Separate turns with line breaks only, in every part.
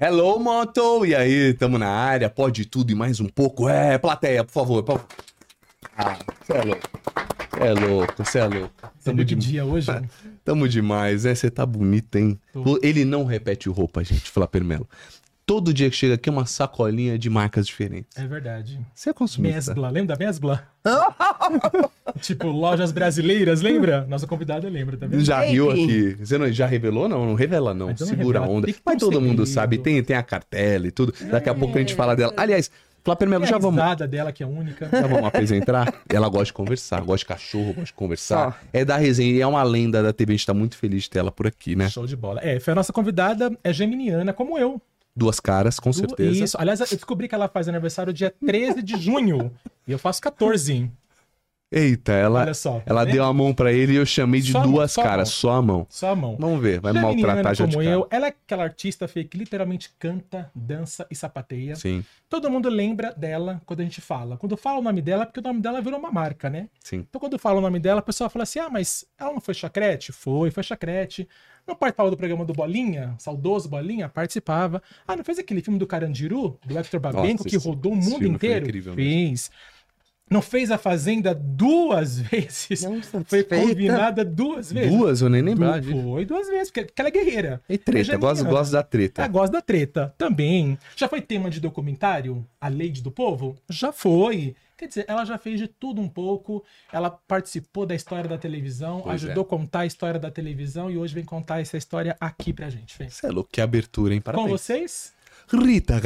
Hello, Moto! E aí, tamo na área, pode tudo e mais um pouco. É, plateia, por favor. pa- Ah, você é louco. Você é louco, você é louco.
Você
Tamo,
viu que
de...
dia hoje?
tamo demais, né? Você tá bonito, hein?
Tô.
Ele não repete roupa, gente, Flapper Melo. Todo dia que chega aqui é uma sacolinha de marcas diferentes.
É verdade.
Você é consumista.
Mesbla, lembra da Mesbla? tipo, lojas brasileiras, lembra? Nossa convidada lembra, tá vendo?
Já riu
Baby.
aqui. Você não, já revelou? Não, não revela não.
Então não
Segura
revela,
a onda.
tem que ter
Mas
um
todo mundo
segredo.
sabe, tem, tem a cartela e tudo. Daqui a pouco a gente fala dela. Aliás, Flapper Melo,
Tem
já
a
vamos. Tá
risada dela que é única.
Já vamos apresentar? Ela gosta de conversar, gosta de cachorro, gosta de conversar. É da resenha e é uma lenda da TV. A gente tá muito feliz de ter ela por aqui, né?
Show de bola. É, foi a nossa convidada, é geminiana, como eu.
Duas caras, com
Du-
certeza.
Isso. Aliás, eu descobri que ela faz aniversário dia 13 de junho. e eu faço 14.
Eita, ela,
Olha só.
ela
né?
deu a mão pra ele e eu chamei de
Só a mão,
duas
só a
caras,
mão.
só a mão.
Só a mão.
Vamos ver, vai
Geminiana
maltratar já de
como
cara.
eu, ela é aquela artista Fê, que literalmente canta, dança e sapateia.
Sim,
Todo mundo lembra dela quando a gente fala. Quando fala o nome dela, é porque o nome dela virou uma marca, né?
sim.
Então, quando fala o nome dela, a pessoa fala assim: ah, mas ela não foi chacrete? Foi, foi chacrete. Não participava do programa do Bolinha, saudoso Bolinha? Participava. Ah, não fez aquele filme do Carandiru, do Hector Babenco,
Nossa,
que
esse-
rodou o
esse
mundo
filme foi
inteiro?
incrível
Fez. Não fez a Fazenda duas vezes?
Não
Foi
satisfeita.
combinada duas vezes?
Duas, eu nem lembrava.
Du-
disso.
Foi duas vezes, porque porque ela é guerreira.
E treta,
É
gosto,
geminiana.
gosto da treta.
Ela gosta da treta também. Já foi tema de documentário? A Lei do Povo? Já foi. Quer dizer, ela já fez de tudo um pouco. Ela participou da história da televisão,
Pois é.
ajudou a contar a história da televisão e hoje vem contar essa história aqui pra gente. Fê.
Você é louco, que abertura, hein?
Com
Parabéns.
vocês?
Rita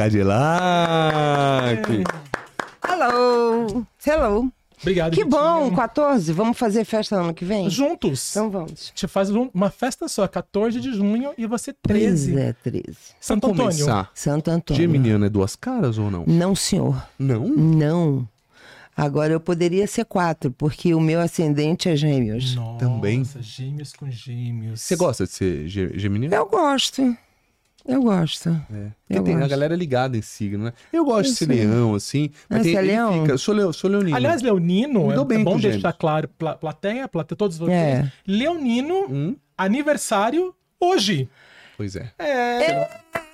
Cadillac!
É.
Hello! Hello!
Obrigado.
Que
Ritinho.
bom, 14. Vamos fazer festa ano que vem?
Juntos.
Então vamos.
A gente faz um- uma festa só, 14 de junho e você
Pois
13.
é, 13.
Santo
Vamos
Antônio.
começar.
Santo Antônio.
Geminiano é duas caras ou não?
Não, senhor.
Não?
Não. Agora eu poderia ser quatro, porque o meu ascendente é gêmeos.
Nossa,
Também.
gêmeos com gêmeos.
Você gosta de ser ge- geminiano?
Eu gosto. Eu gosto.
É.
Eu
Porque tem a
gosto.
galera é ligada em signo, né? Eu gosto de ser leão, assim. Mas
Ah,
tem,
você é
ele
leão?
fica- sou, leo, sou leonino.
Aliás, Leonino,
Me
é,
dou
é
bem
bom
com
deixar
gêmeos.
claro, pla- plateia, plateia, todos vocês.
É.
Leonino,
Hum,
aniversário hoje.
pois é.
É,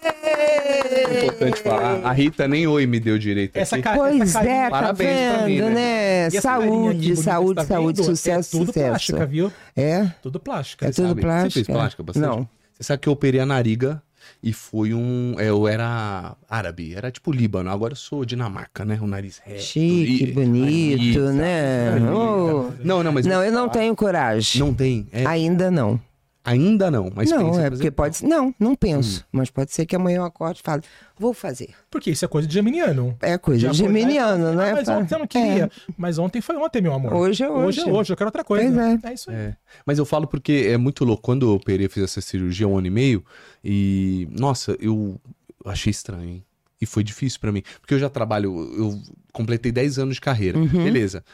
É importante falar. A Rita nem oi me deu direito.
essa,
aqui.
ca-
Pois
essa
é,
carinha-
tá
Parabéns pra mim,
vendo, né?
e essa carinha aqui
Saúde,
bonita,
saúde,
tá
saúde,
vendo?
sucesso,
É tudo
sucesso.
plástica, viu?
É?
Tudo plástica.
É
Você
tudo
sabe? Você fez
plástica.
plástica bastante?
Não.
Você sabe que eu operei a nariga e foi um. Eu era árabe, era tipo Líbano. Agora eu sou Dinamarca, né? O nariz reto.
Chique,
e-
bonito,
Anitta,
né?
Anitta.
Oh.
Não, não, mas.
Não, eu não tenho coragem.
Não tem. É,
Ainda não.
ainda não, mas
não,
pensa em
é
fazer.
porque pode ser. Não, não penso.
Hum.
Mas pode ser que amanhã eu acorde e fale, vou fazer.
Porque isso é coisa de geminiano.
É coisa de geminiano, né?
Ah, mas
Fala-
ontem eu não
É.
queria. Mas ontem foi ontem, meu amor.
Hoje é
Hoje é
hoje.
hoje, eu quero outra coisa.
Pois
é. isso aí.
É. Mas eu falo porque é muito louco. Quando eu operei, eu fiz essa cirurgia há um ano e meio e, nossa, eu achei estranho, hein? E foi difícil pra mim. Porque eu já trabalho, eu completei 10 anos de carreira. Beleza.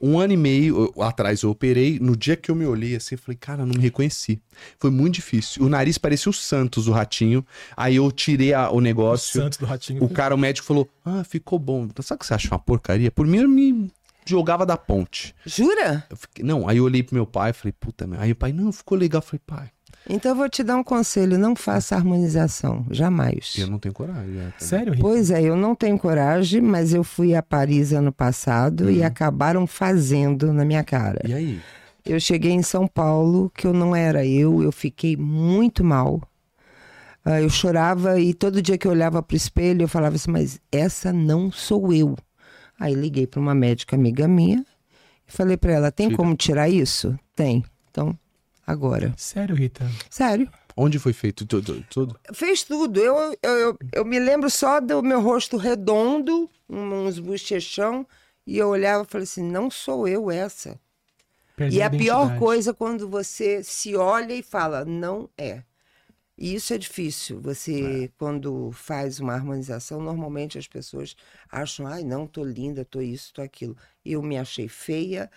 Um ano e meio eu- atrás eu operei. No dia que eu me olhei assim, eu falei, cara, eu não me reconheci. Foi muito difícil. O nariz parecia o Santos, o ratinho. Aí eu tirei a- o
O
negócio.
Santos do Ratinho.
O cara, o médico falou: Ah, ficou bom. Sabe o que você acha uma porcaria? Por mim, eu me jogava da ponte.
Jura?
Eu fiquei- não, aí eu olhei pro meu pai e falei, puta, meu. Aí o pai, não, ficou legal. Eu falei, pai,
Então eu vou te dar um conselho, não faça harmonização, jamais.
eu não tenho coragem. é, tá-
Sério, Rita?
Pois é, eu não tenho coragem, mas eu fui a Paris ano passado
Hum.
e acabaram fazendo na minha cara.
E aí?
Eu cheguei em São Paulo, que eu não era eu, eu fiquei muito mal. Ah, eu chorava e todo dia que eu olhava pro espelho, eu falava assim, mas essa não sou eu. Aí liguei para uma médica amiga minha e falei para ela, tem
Tira.
como tirar isso? Tem. Então, agora.
Sério, Rita.
Sério.
Onde foi feito tudo? tudo?
Fez tudo. Eu, eu, eu, eu me lembro só do meu rosto redondo, um- uns bochechão, e eu olhava e falei assim: não sou eu essa.
Perdi
E é a pior
é identidade.
coisa é quando você se olha e fala: não é. E isso é difícil. Você, quando faz uma harmonização, normalmente as pessoas acham: ai, não, tô linda, tô isso, tô aquilo. Eu me achei feia.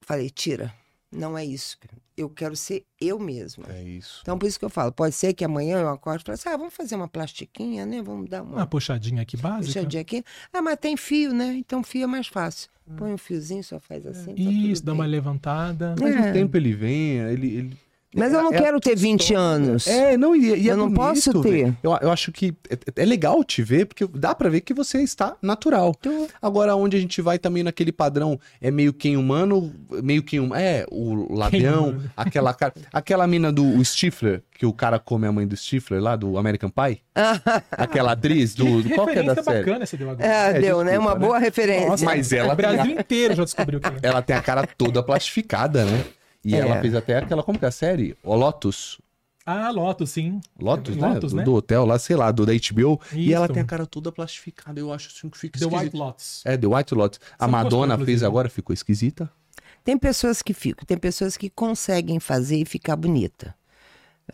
Falei: tira, não é isso. Eu quero ser eu mesma.
É isso.
Então, por isso que eu falo, pode ser que amanhã eu acorde e fale assim, ah, vamos fazer uma plastiquinha, né? Vamos dar
Uma
uma
puxadinha aqui básica.
puxadinha aqui. Ah, mas tem fio, né? Então fio é mais fácil.
É.
Põe um fiozinho, só faz assim, tá tudo
Isso, dá uma
bem.
levantada.
Mas o
É.
tempo ele vem, ele, ele
Mas eu não
É- é
quero ter 20 anos.
É, não, e, e é
Eu não
bonito,
posso
velho.
ter.
Eu, eu acho que é, é legal te ver, porque dá pra ver que você está natural.
Então,
Agora, onde a gente vai também naquele padrão, é meio quem humano, meio quem humano. É, o labião,
humano.
aquela cara. Aquela mina do o Stifler, que o cara come a mãe do Stifler lá, do American Pie. Aquela atriz do.
Que
Qual que é da
referência
série?
bacana você deu agora.
É,
É,
deu, né?
desculpa,
Uma
né?
boa referência.
Nossa, mas ela
o É, Brasil inteiro já descobriu quem é.
Ela tem a cara toda plastificada, né? E
É.
ela fez até aquela. Como que é a série? O Lotus.
Ah, Lotus, sim.
Lotus, né?
Lotus,
do,
né?
do hotel lá, sei lá, do da HBO. E
Isso.
ela tem a cara toda plastificada. Eu acho assim que fica
The
esquisito.
White Lotus.
É, The White Lotus. A
Você não
Madonna
gostou,
fez
inclusive.
agora, ficou esquisita.
Tem pessoas que ficam, tem pessoas que conseguem fazer e ficar bonita.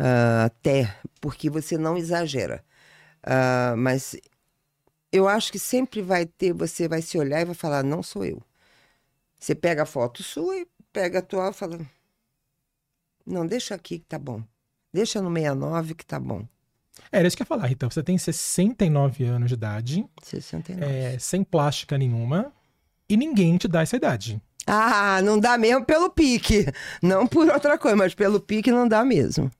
Ah, até, porque você não exagera. Ah, mas eu acho que sempre vai ter, você vai se olhar e vai falar, não sou eu. Você pega a foto sua e pega a tua e fala, não, deixa aqui que tá bom. Deixa no 69 que tá bom.
É, era isso que eu ia falar, Rita. Você tem 69 anos de idade,
69.
é, sem plástica nenhuma, e ninguém te dá essa idade.
Ah, não dá mesmo pelo pique. Não por outra coisa, mas pelo pique não dá mesmo.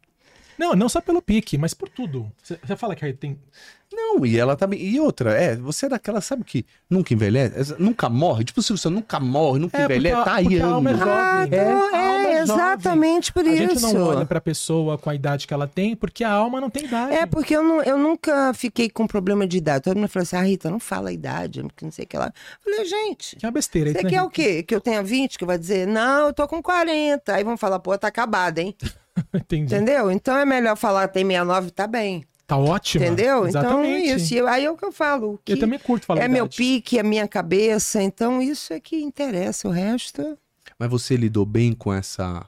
Não, não só pelo pique, mas por tudo. Você você fala que a Rita tem.
Não, e ela também. E outra, é, você é daquela, sabe que nunca envelhece, Essa- nunca morre. Tipo, se você nunca morre, nunca
É, porque
envelhece,
a-
tá aí
porque a alma é
anos.
jovem.
Ah,
Jovem.
então
É,
é,
alma jovem.
exatamente por
A
isso.
gente não olha pra pessoa com a idade que ela tem, porque a alma não tem idade.
É, porque eu, nu- eu nunca fiquei com problema de idade. Todo mundo falou assim, ah, Rita, não fala a idade, que não sei o que lá. Eu falei, gente,
Que é uma besteira.
você
Rita, né,
quer o
Rita?
quê? Que eu tenha 20? Que vai dizer, não, eu tô com 40. Aí vão falar, pô, tá acabada, hein?
Entendi.
Entendeu? Então é melhor falar, tem 69, tá bem.
Tá ótimo.
Entendeu?
Exatamente.
Então isso. E eu- Aí é o que eu falo. o que
Eu também curto falar
é
a
meu
idade.
pique, é minha cabeça. Então isso é que interessa. O resto...
Mas você lidou bem com essa.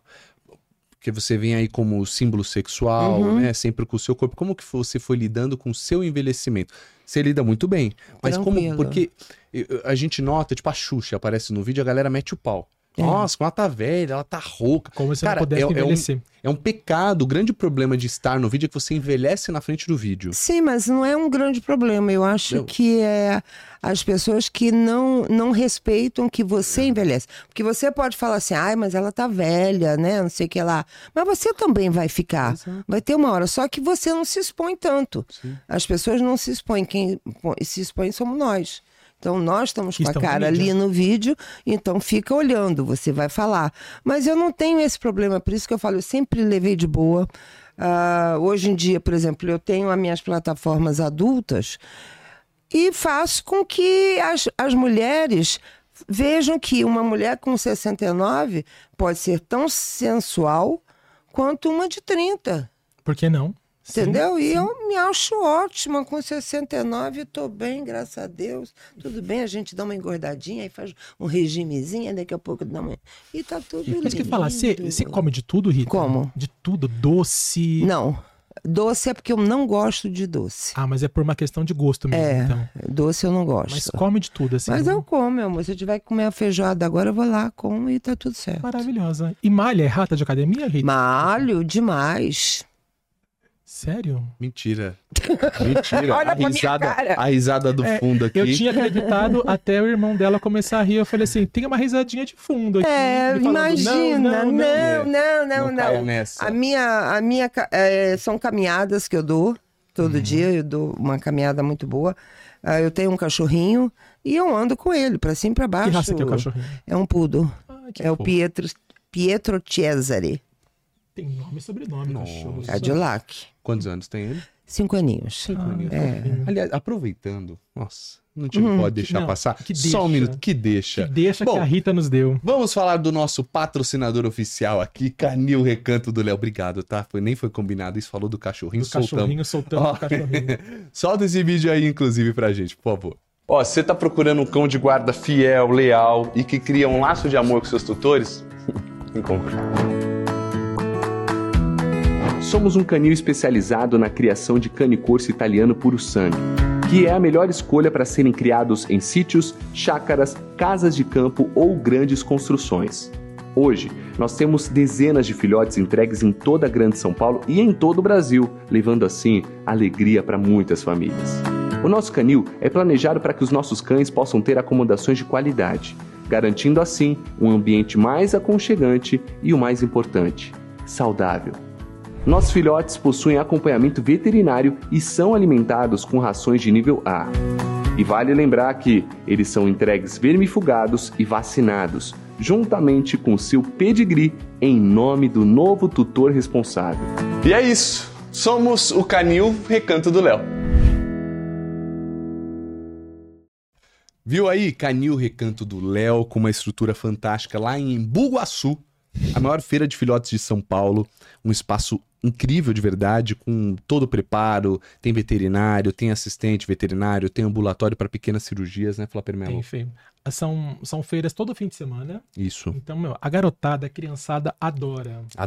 Porque você vem aí como símbolo sexual,
Uhum.
né? Sempre com o seu corpo. Como que você foi lidando com o seu envelhecimento? Você lida muito bem. Mas como.
Tranquilo.
Porque eu- eu- a gente nota, tipo, a Xuxa aparece no vídeo, a galera mete o pau.
É.
Nossa, como ela tá velha, ela tá rouca.
Como se
Cara,
não
é-
pudesse
é um-
envelhecer.
É um pecado. O grande problema de estar no vídeo é que você envelhece na frente do vídeo.
Sim, mas não é um grande problema. Eu acho
Não.
que é as pessoas que não, não respeitam que
É.
você envelhece. Porque você pode falar assim, ai, mas ela tá velha, né? Não sei o que lá. Mas você também vai ficar.
Exato.
Vai ter uma hora. Só que você não se expõe tanto.
Sim.
Uhum. As pessoas não se expõem. Quem se expõe somos nós. Então nós estamos com
Estamos
a
na
cara
mídia.
ali no vídeo, então fica olhando, você vai falar. Mas eu não tenho esse problema, por isso que eu falo, eu sempre levei de boa. Ah, hoje em dia, por exemplo, eu tenho as minhas plataformas adultas e faço com que as, as mulheres vejam que uma mulher com 69 pode ser tão sensual quanto uma de 30.
Por que não? Sim.
Entendeu? E eu me acho ótima, com 69 eu tô bem, graças a Deus. Tudo bem, a gente dá uma engordadinha, aí faz um regimezinho, aí daqui a pouco dá uma... E tá tudo lindo.
Mas que falar, você você come de tudo, Rita?
Como?
De tudo, doce.
Não, doce é porque eu não gosto de doce.
Ah, mas é por uma questão de gosto mesmo,
É.
então.
Doce eu não gosto.
Mas
Mas,
come de tudo, assim. né?
eu como, meu amor. Se eu tiver que comer a feijoada agora, eu vou lá, como e tá tudo certo.
Maravilhosa. E malha é rata de academia, Rita?
Malho demais.
Sério?
Mentira. Mentira.
Olha
a,
pra minha
risada,
cara.
a risada do
É,
fundo aqui.
Eu tinha acreditado até o irmão dela começar a rir. Eu falei assim: tem uma risadinha de fundo aqui.
É,
ele falando, "Não,
imagina. né? Não, não, não, não.
caia nessa.
A minha, a minha ca- eh, são caminhadas que eu dou todo
Uhum.
dia. Eu dou uma caminhada muito boa. Ah, eu tenho um cachorrinho e eu ando com ele para cima e para
Que
baixo.
raça que é o cachorrinho?
É um poodle.
Ah, que
É o
fofo.
Pietro, Pietro Cesare
Tem nome e sobrenome,
Nossa.
cachorro.
É Cadillac.
Quantos anos tem ele?
Cinco aninhos.
Ah,
É.
Aliás, aproveitando. Nossa, não te pode deixar
Uhum. não,
passar.
que
Só um
deixa.
minuto. Que
Que
deixa.
deixa que
Bom,
a Rita nos deu.
Vamos falar do nosso patrocinador oficial aqui, Canil Recanto do Léo. Obrigado, tá? Foi, nem foi combinado isso. Falou do cachorrinho,
Do
soltamos.
cachorrinho soltando
Ó.
o cachorrinho.
Solta esse vídeo aí, inclusive, pra gente, por favor. Ó, você tá procurando um cão de guarda fiel, leal e que cria um laço de amor com seus tutores? Encontra. Somos um canil especializado na criação de cane corso italiano puro sangue, que é a melhor escolha para serem criados em sítios, chácaras, casas de campo ou grandes construções. Hoje, nós temos dezenas de filhotes entregues em toda a Grande São Paulo e em todo o Brasil, levando assim alegria para muitas famílias. O nosso canil é planejado para que os nossos cães possam ter acomodações de qualidade, garantindo assim um ambiente mais aconchegante e o mais importante,
saudável. Nossos filhotes possuem acompanhamento veterinário e são alimentados com rações de nível A. E vale lembrar que eles são entregues vermifugados e vacinados, juntamente com seu pedigree em nome do novo tutor responsável.
E é isso. Somos o Canil Recanto do Léo.
Viu aí? Canil Recanto do Léo, com uma estrutura fantástica lá em Bugaçu, a maior feira de filhotes de São Paulo. Um espaço incrível de verdade, com todo o preparo. Tem veterinário, tem assistente veterinário, tem ambulatório para pequenas cirurgias, né, Flávio Melo?
Enfim, são, são feiras todo fim de semana.
Isso.
Então, meu, a garotada, a criançada adora. Passa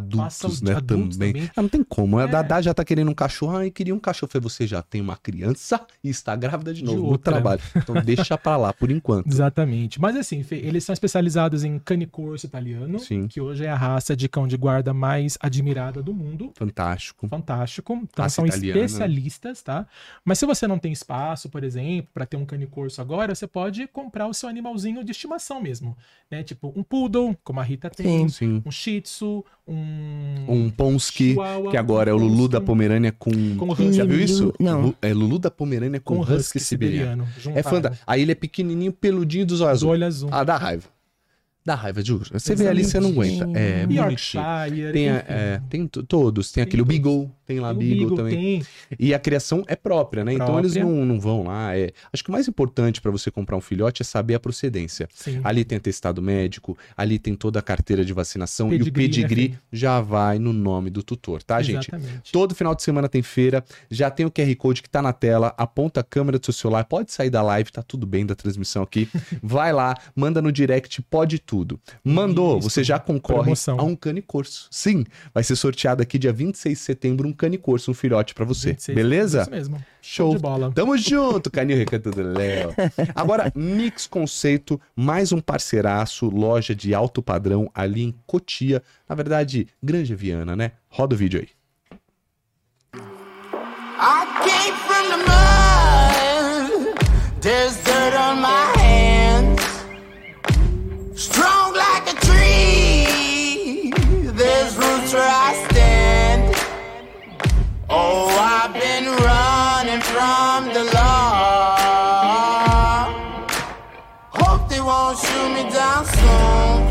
Adultos,
o-
né,
adultos
também.
também.
Ah, não tem como. A
É.
Dadá já tá querendo um cachorro. Ai, queria um cachorro. Eu falei, você já tem uma criança e está grávida de
De
novo no
outra.
trabalho. Então deixa pra lá por enquanto.
Exatamente. Mas assim, Fê, eles são especializados em cane corso italiano,
Sim.
que hoje é a raça de cão de guarda mais admirada do mundo.
Fantástico.
Fantástico. Então,
Raça
são
italiana, né?
especialistas, tá? Mas se você não tem espaço, por exemplo, para ter um cane corso agora, você pode comprar o seu animalzinho de estimação mesmo, né? Tipo um poodle, como a Rita tem,
Sim.
um shih tzu, um
Um Ponsky,
Chihuahua, um
que agora é o Lulu da
Pomerânia.
Pomerânia com...
Com o Husky.
Já viu isso?
Não.
Lu- É Lulu da Pomerânia com,
Com
Husky,
Um husky
siberiano.
siberiano.
É
juntaram.
fanta. Aí ele é pequenininho, peludinho dos olhos
Do
azuis.
olho azul.
Ah, dá raiva. Dá raiva, juro. Você vê ali, você não aguenta. É, bonitinho.
Yorkshire.
Tem, a-
enfim.
é, tem t- todos. Tem,
Tem
aquele o
todos.
Beagle. Tem lá
O
Beagle,
Beagle
também.
tem.
E a criação é própria, né? Então eles
Própria.
não, não vão lá. é. Acho que o mais importante para você comprar um filhote é saber a procedência.
Sim.
Ali tem atestado médico, ali tem toda a carteira de vacinação e o
Pedigree, né,
pedigree
filho?
já vai no nome do tutor, tá, gente?
Exatamente.
Todo final de semana tem feira, já tem o QR Code que tá na tela, aponta a câmera do seu celular, pode sair da live, tá tudo bem da transmissão aqui. Vai lá, manda no direct, pode tudo. Mandou,
Isso,
você já concorre
promoção.
a um cane corso. Sim, vai ser sorteado aqui dia 26 de setembro um cane corso, um filhote pra você.
26,
beleza?
Isso mesmo.
Show.
de bola.
Tamo junto, Canil Recanto do Léo. Agora, Mix Conceito, mais um parceiraço, loja de alto padrão ali em Cotia. Na verdade, Granja Viana, né? Roda o vídeo aí.
I came from the mud. There's dirt on my hands. Strong like a tree. There's roots where I stand. Oh, I've been running from the law. Hope they won't shoot me down soon.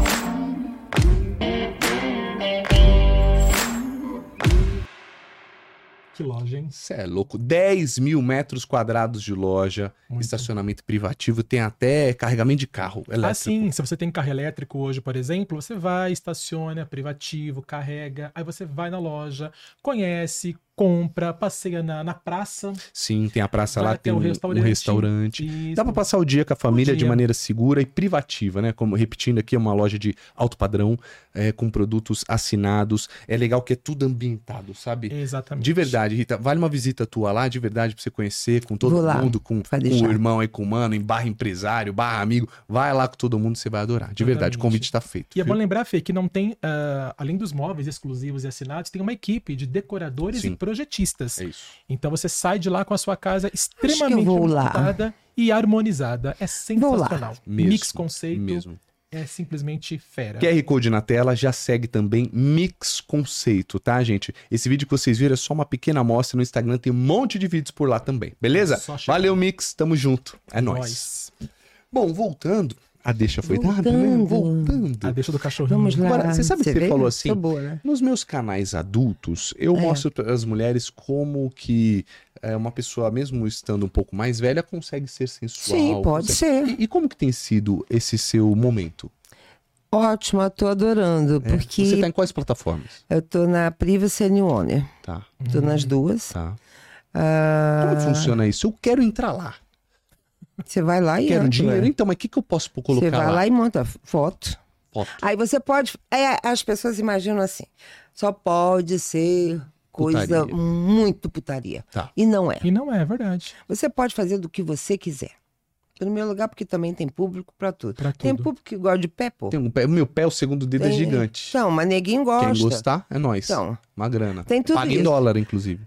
Que loja, hein?
Cê é louco. 10 mil metros quadrados de loja,
Muito.
estacionamento privativo, tem até carregamento de carro elétrico.
Assim, se você tem carro elétrico hoje, por exemplo, você vai, estaciona, privativo, carrega, aí você vai na loja, conhece, compra, passeia na, na praça.
Sim, tem a praça
Vai
lá,
até
tem
o
um um restaurante.
restaurante. Isso.
Dá pra passar o dia com a família de
dia.
maneira segura e privativa, né? Como repetindo aqui, é uma loja de alto padrão, é, com produtos assinados. É legal que é tudo ambientado, sabe?
Exatamente.
De verdade, Rita, vale uma visita tua lá, de verdade, pra você conhecer com todo
Vou lá,
mundo, com, com
vai deixar.
o irmão aí, com o mano, em barra empresário, barra amigo. Vai lá com todo mundo, você vai adorar. De verdade, o
Exatamente.
convite tá feito.
E é bom
viu?
lembrar, Fê, que não tem, ah, além dos móveis exclusivos e assinados, tem uma equipe de decoradores
Sim.
e projetistas.
É isso.
Então você sai de lá com a sua casa
eu
extremamente
vou lá.
montada e harmonizada. É sensacional.
Mesmo,
Mix conceito
Mesmo.
é simplesmente fera.
QR É. Code na tela, já segue também Mix Conceito, tá, gente? Esse vídeo que vocês viram é só uma pequena amostra no Instagram, tem um monte de vídeos por lá também, beleza?
Só chegar.
Valeu, Mix, tamo junto. É nóis. Bbom, voltando, a deixa foi dada, né?
Voltando.
Voltando.
A deixa do cachorrinho.
Vamos lá.
Agora, você sabe que você
vê?
falou assim?
Tô boa, né?
Nos meus canais adultos, eu
É.
mostro para as mulheres como que é, uma pessoa, mesmo estando um pouco mais velha, consegue ser sensual.
Sim, pode
consegue-
ser.
E, e como que tem sido esse seu momento?
Ótimo, eu tô
É.
adorando,
né?
porque
Você tá em quais plataformas?
eu tô na Privacy and Owner.
Tá,
Tô
Hum.
nas duas.
tá. Como
Ah,
funciona isso? Eu quero entrar lá.
você vai lá e
Quero
entra. né?
dinheiro, então, mas o que, que eu posso colocar
Você vai lá
lá?
e monta foto.
Foto.
Aí você pode. é, as pessoas imaginam assim: só pode ser coisa
Putaria.
muito putaria.
Tá.
E não é.
E não é, é verdade.
Você pode fazer do que você quiser. Primeiro lugar, porque também tem público pra tudo.
Pra
Tem
tudo.
público que gosta de pé, pô.
Tem um pé, meu pé, o segundo dedo é
Tem-
gigante.
Então, mas neguinho gosta.
Quem gostar, é nós.
Então,
Uma grana.
Tem tudo
Paga em
isso.
dólar, inclusive.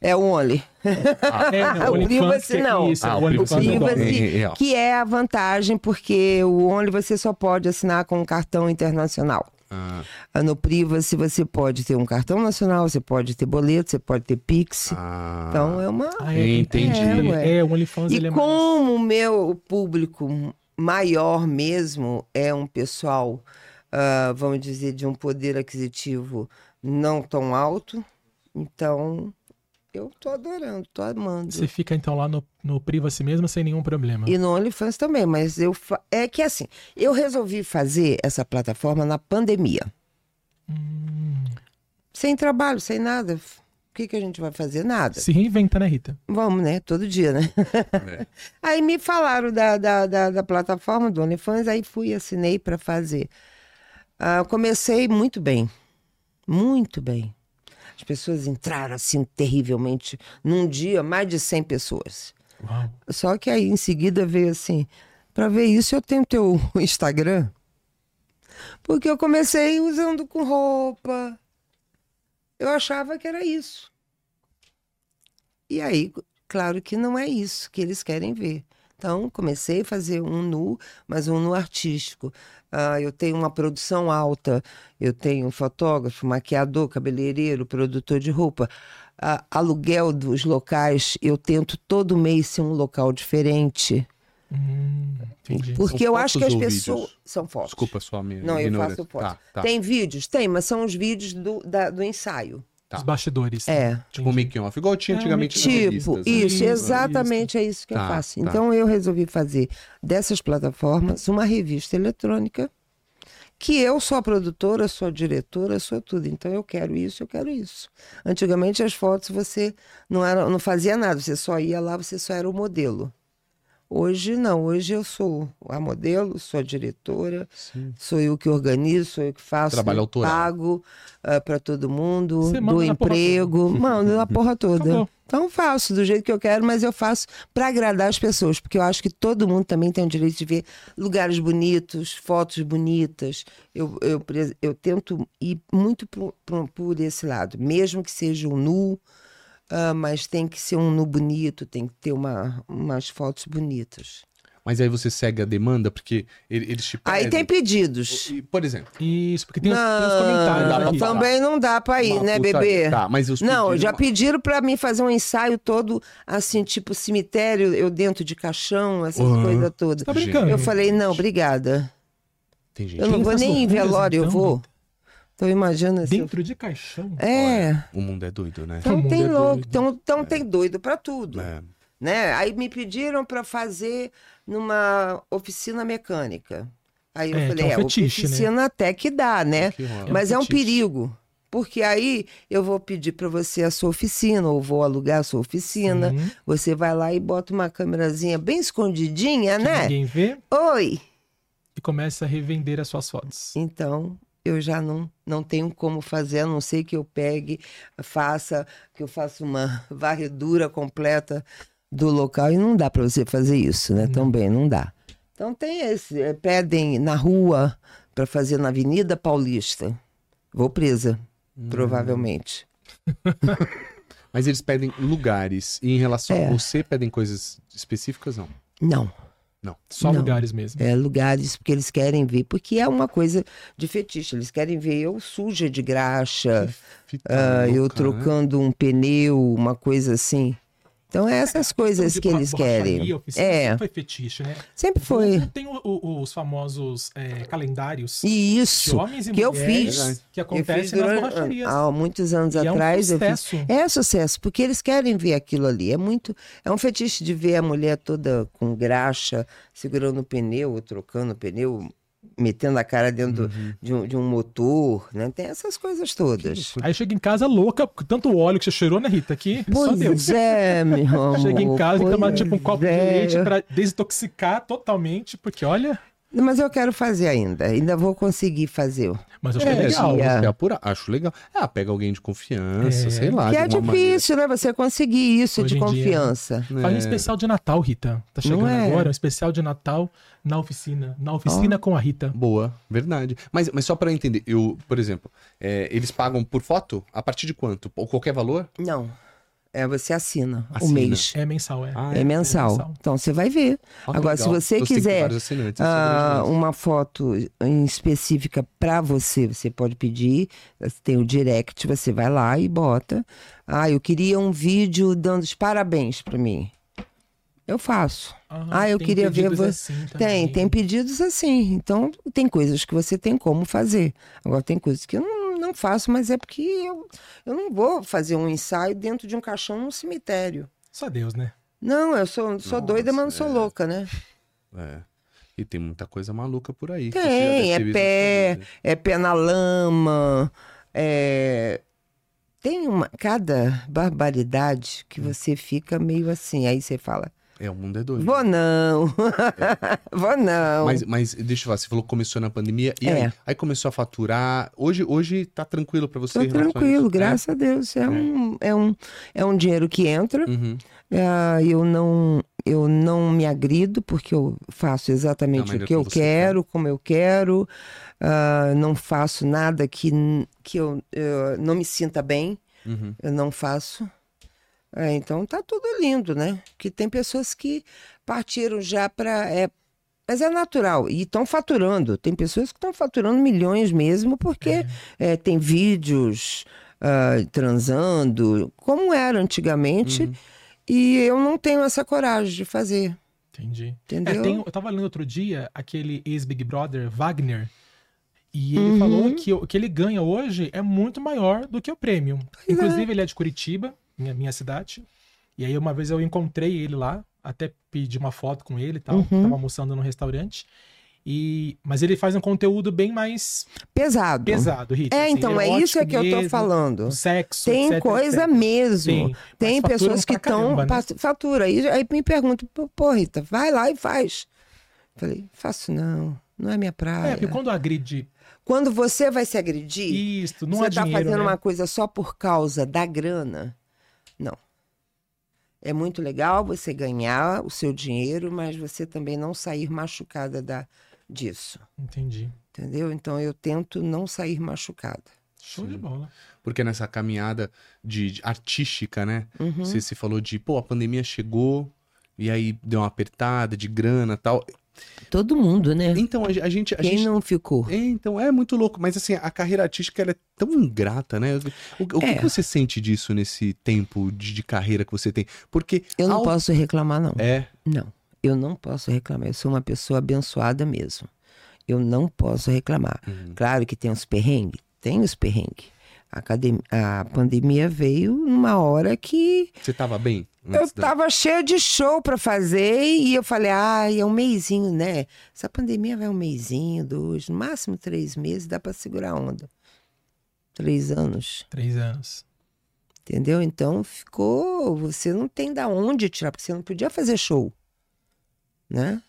é o Only.
É,
o
OnlyFans
privacy
que é
não.
Isso,
Ah,
o
o
OnlyFans
privacy
é
não.
bom.
Privacy,
É, é, é, ó.
que é a vantagem, porque o Only você só pode assinar com um cartão internacional.
Ah,
A No Privacy você pode ter um cartão nacional, você pode ter boleto, você pode ter Pix.
ah.
Então é uma.
Ah, tem-
Entendi.
É, ué. É, o OnlyFans ele
E
é mais...
como o meu público maior mesmo é um pessoal, ah, vamos dizer, de um poder aquisitivo não tão alto, então eu tô adorando, tô amando.
Você fica então lá no, no privacy mesmo sem nenhum problema.
E no OnlyFans também, mas eu fa- é que assim, eu resolvi fazer essa plataforma na pandemia.
Hum,
Sem trabalho, sem nada. O que, que a gente vai fazer? Nada.
se reinventa, né, Rita?
Vamos, né? Todo dia, né?
É.
Aí me falaram da, da, da, da plataforma do OnlyFans, aí fui, assinei para fazer. Ah, comecei muito bem, muito bem. As pessoas entraram assim terrivelmente. Num dia, mais de 100 pessoas.
Uau.
Só que aí em seguida veio assim: para ver isso, eu tenho teu Instagram. Porque eu comecei usando com roupa. Eu achava que era isso. E aí, claro que não é isso que eles querem ver. Então, comecei a fazer um nu, mas um nu artístico. Ah, eu tenho uma produção alta, eu tenho um fotógrafo, maquiador, cabeleireiro, produtor de roupa. Ah, aluguel dos locais, eu tento todo mês ser um local diferente.
Hum, entendi.
Porque
São
eu acho que
fotos
as
ou
pessoas.
vídeos?
São fotos.
Desculpa só a minha
Não, eu
ignorância.
faço fotos.
Tá, tá.
Tem vídeos? Tem, mas são os vídeos do, da- do ensaio.
Tá.
Os bastidores.
É.
Tipo making off, igual tinha
É, um
antigamente nas
Tipo,
revistas, né?
isso,
Isso,
exatamente é isso que eu
Tá,
faço.
tá.
Então eu resolvi fazer dessas plataformas uma revista eletrônica que eu sou a produtora, sou a diretora, sou tudo. Então eu quero isso, eu quero isso. Antigamente as fotos você não era, não fazia nada, você só ia lá, você só era o modelo. Hoje não, hoje eu sou a modelo, sou a diretora,
Sim.
sou eu que organizo, sou eu que faço,
Trabalho
eu
autoral.
pago para todo mundo,
Você manda
dou
na porra
emprego, mando a porra toda.
Acabou.
Então faço do jeito que eu quero, mas eu faço para agradar as pessoas, porque eu acho que todo mundo também tem o direito de ver lugares bonitos, fotos bonitas. Eu, eu, pre- eu tento ir muito pro- pro- por esse lado, mesmo que seja um nu, ah, mas tem que ser um nu bonito, tem que ter uma, umas fotos bonitas.
Mas aí você segue a demanda, porque ele- eles te pedem.
Aí tem pedidos.
E, Por exemplo,
Isso, porque É, tem, os, tem os
dá pra
comentários.
Não,
né, Rita?
falar.
também não dá para ir,
uma
né,
putaria-
bebê?
Tá, mas os
Não,
pedidos-
já pediram pra mim fazer um ensaio todo, assim, tipo cemitério, eu dentro de caixão, essas
Uhum.
coisas todas.
Você tá brincando.
Eu falei, não, obrigada.
Tem gente.
Eu não
Quem
vou
faz
nem em
loucuras,
velório, eu
então,
vou. Então imagina assim.
Dentro de caixão.
É.
O mundo é doido, né?
Todo
Então
mundo
tem
é
louco,
doido.
então, então tem doido pra tudo,
É.
né? Aí me pediram pra fazer numa oficina mecânica. Aí eu
É, que
falei,
é um
é,
fetiche, né?
oficina até que dá, né?
Que rola.
Mas é um
fetiche.
perigo, porque aí eu vou pedir pra você a sua oficina, ou vou alugar a sua oficina.
Hum,
Você vai lá e bota uma câmerazinha bem escondidinha,
que
né?
Ninguém vê
Oi!
e começa a revender as suas fotos.
Então, eu já não, não tenho como fazer, a não ser que eu pegue, faça, que eu faça uma varredura completa do local. E não dá para você fazer isso, né? Também não dá. Então tem esse, eh, pedem na rua para fazer na Avenida Paulista. Vou presa, provavelmente.
Mas eles pedem lugares. E em relação
É.
a você, pedem coisas específicas, não.
Não.
Não.
Só
Não.
lugares mesmo.
é, lugares porque eles querem ver, porque é uma coisa de fetiche, eles querem ver eu suja de graxa,
Fita
ah,
louca,
eu
né?
trocando um pneu, uma coisa assim. Então é essas
Então,
coisas
tipo,
que eles
borracharia,
querem.
oficina,
É,
sempre Foi fetiche, né?
sempre foi.
Não Tem o- o- os famosos é, calendários
E
de
isso
homens e
que eu
mulheres
fiz.
que
eu fiz
acontecem nas
durante,
borracharias.
há muitos anos
E
atrás.
é um
eu fiz-
sucesso.
É sucesso, porque eles querem ver aquilo ali. É muito. É um fetiche de ver a mulher toda com graxa, segurando o pneu, ou trocando o pneu, metendo a cara dentro
Uhum.
do- de, um, de um motor, né? Tem essas coisas todas.
Aí chega em casa louca, com tanto óleo que você cheirou, né, Rita? Que só Deus.
Pois é, meu amor.
Chega em casa e toma
pois
tipo um copo de
é.
leite pra desintoxicar totalmente, porque olha.
Mas eu quero fazer ainda. Ainda vou conseguir fazer.
Mas eu acho
É,
que é
legal.
legal.
sim.
Você apura, acho legal. Ah, pega alguém de confiança,
É.
sei lá.
que
de
é
alguma maneira.
difícil, né? Você conseguir isso
Hoje
de
em dia. né?
confiança.
Faz um
É.
especial de Natal, Rita. Tá chegando
Não é?
agora, um especial de Natal na oficina. Na oficina com a Rita.
Boa, verdade. Mas, mas só pra eu entender, eu, por exemplo, é, eles pagam por foto? A partir de quanto? Ou qualquer valor?
Não. É, você assina, o
Assina.
mês.
É mensal, é.
Ah,
É, mensal. Então você vai ver.
Olha,
Agora,
legal.
se você
Então, tem
quiser
vários assinantes, isso é
ah,
grande, né?
uma foto em específica para você, você pode pedir. Tem o direct, você vai lá e bota. Ah, eu queria um vídeo dando os parabéns para mim. Eu faço. Ah, eu
tem
queria ver
pedidos
você.
assim
Tem,
também.
tem pedidos assim. Então, tem coisas que você tem como fazer. Agora, tem coisas que eu não, não faço, mas é porque eu, eu não vou fazer um ensaio dentro de um caixão num cemitério.
Só Deus, né?
Não, eu sou, sou doida, mas não
Nossa,
sou
é.
louca, né?
É. E tem muita coisa maluca por aí. que você já deve
Tem,
ter
é
visto né? na
pé,
sua vida.
é pé na lama, é... Tem uma, cada barbaridade que
Hum.
você fica meio assim. Aí você fala,
É, o mundo é doido.
vou não, vou não.
Mas, mas deixa eu falar, você falou que começou na pandemia e
É.
aí, aí começou a faturar. Hoje, hoje tá tranquilo pra você?
Tô
em relação a
tranquilo,
isso? né?
graças a Deus. É, Um, é, um, é um dinheiro que entra.
É? Uhum.
Ah, eu não eu não me agrido porque eu faço
Da
exatamente o
maneira
que eu
como você né?
quero, como eu quero. Ah, não faço nada que n- que eu, eu não me sinta bem.
Uhum.
Eu não faço. É, então tá tudo lindo, né? Porque tem pessoas que partiram já para é, mas é natural e estão faturando. Tem pessoas que estão faturando milhões mesmo porque é, tem vídeos ah, transando, como era antigamente,
Uhum.
e eu não tenho essa coragem de fazer,
Entendi. É,
entendeu?
tem- eu tava lendo outro dia aquele ex-Big Brother, Wagner, e
Uhum.
ele falou que o que ele ganha hoje é muito maior do que o prêmio. Inclusive, ele é de Curitiba, minha, minha cidade. E aí, uma vez eu encontrei ele lá, até pedi uma foto com ele e tal.
Uhum.
Tava almoçando num restaurante. E... Mas ele faz um conteúdo bem mais
Pesado.
pesado, Rita.
É,
assim,
então, é
erótico
isso é que eu tô
mesmo,
falando.
o Sexo,
Tem
etc,
coisa
etc.
mesmo.
Sim, mas
Tem
faturam
pessoas que
pra
estão.
caramba, né?
Fatura. Aí, aí me perguntam, pô, pô, Rita, vai lá e faz. Falei, faço não, não é minha
É,
praia.
porque quando agride
Quando você vai se agredir,
isso, não
você
é
está
dinheiro,
fazendo
né?
uma coisa só por causa da grana, não. É muito legal você ganhar o seu dinheiro, mas você também não sair machucada da, disso.
Entendi.
Entendeu? Então eu tento não sair machucada.
Show de bola.
Porque nessa caminhada de, de artística, né?
Uhum.
Você se falou de, pô, a pandemia chegou e aí deu uma apertada de grana e tal.
Todo mundo, né?
Então, a, a gente. A
Quem
gente...
não ficou?
É, Então, é muito louco, mas assim, a carreira artística ela é tão ingrata, né? O, o
É.
que você sente disso nesse tempo de, de carreira que você tem? Porque.
Eu não
ao-
posso reclamar, não.
É,
Não, eu não posso reclamar. Eu sou uma pessoa abençoada mesmo. Eu não posso reclamar. Claro que tem os perrengues, tem os perrengues. A, academ- a pandemia veio numa hora que
você tava bem?
eu
antes da-
tava cheia de show pra fazer e eu falei, ai, é um mêsinho, né? Essa pandemia vai um mêsinho, dois, no máximo três meses, dá pra segurar a onda. Três anos.
Três anos.
Entendeu? Então ficou. Você não tem da onde tirar, porque você não podia fazer show. Né?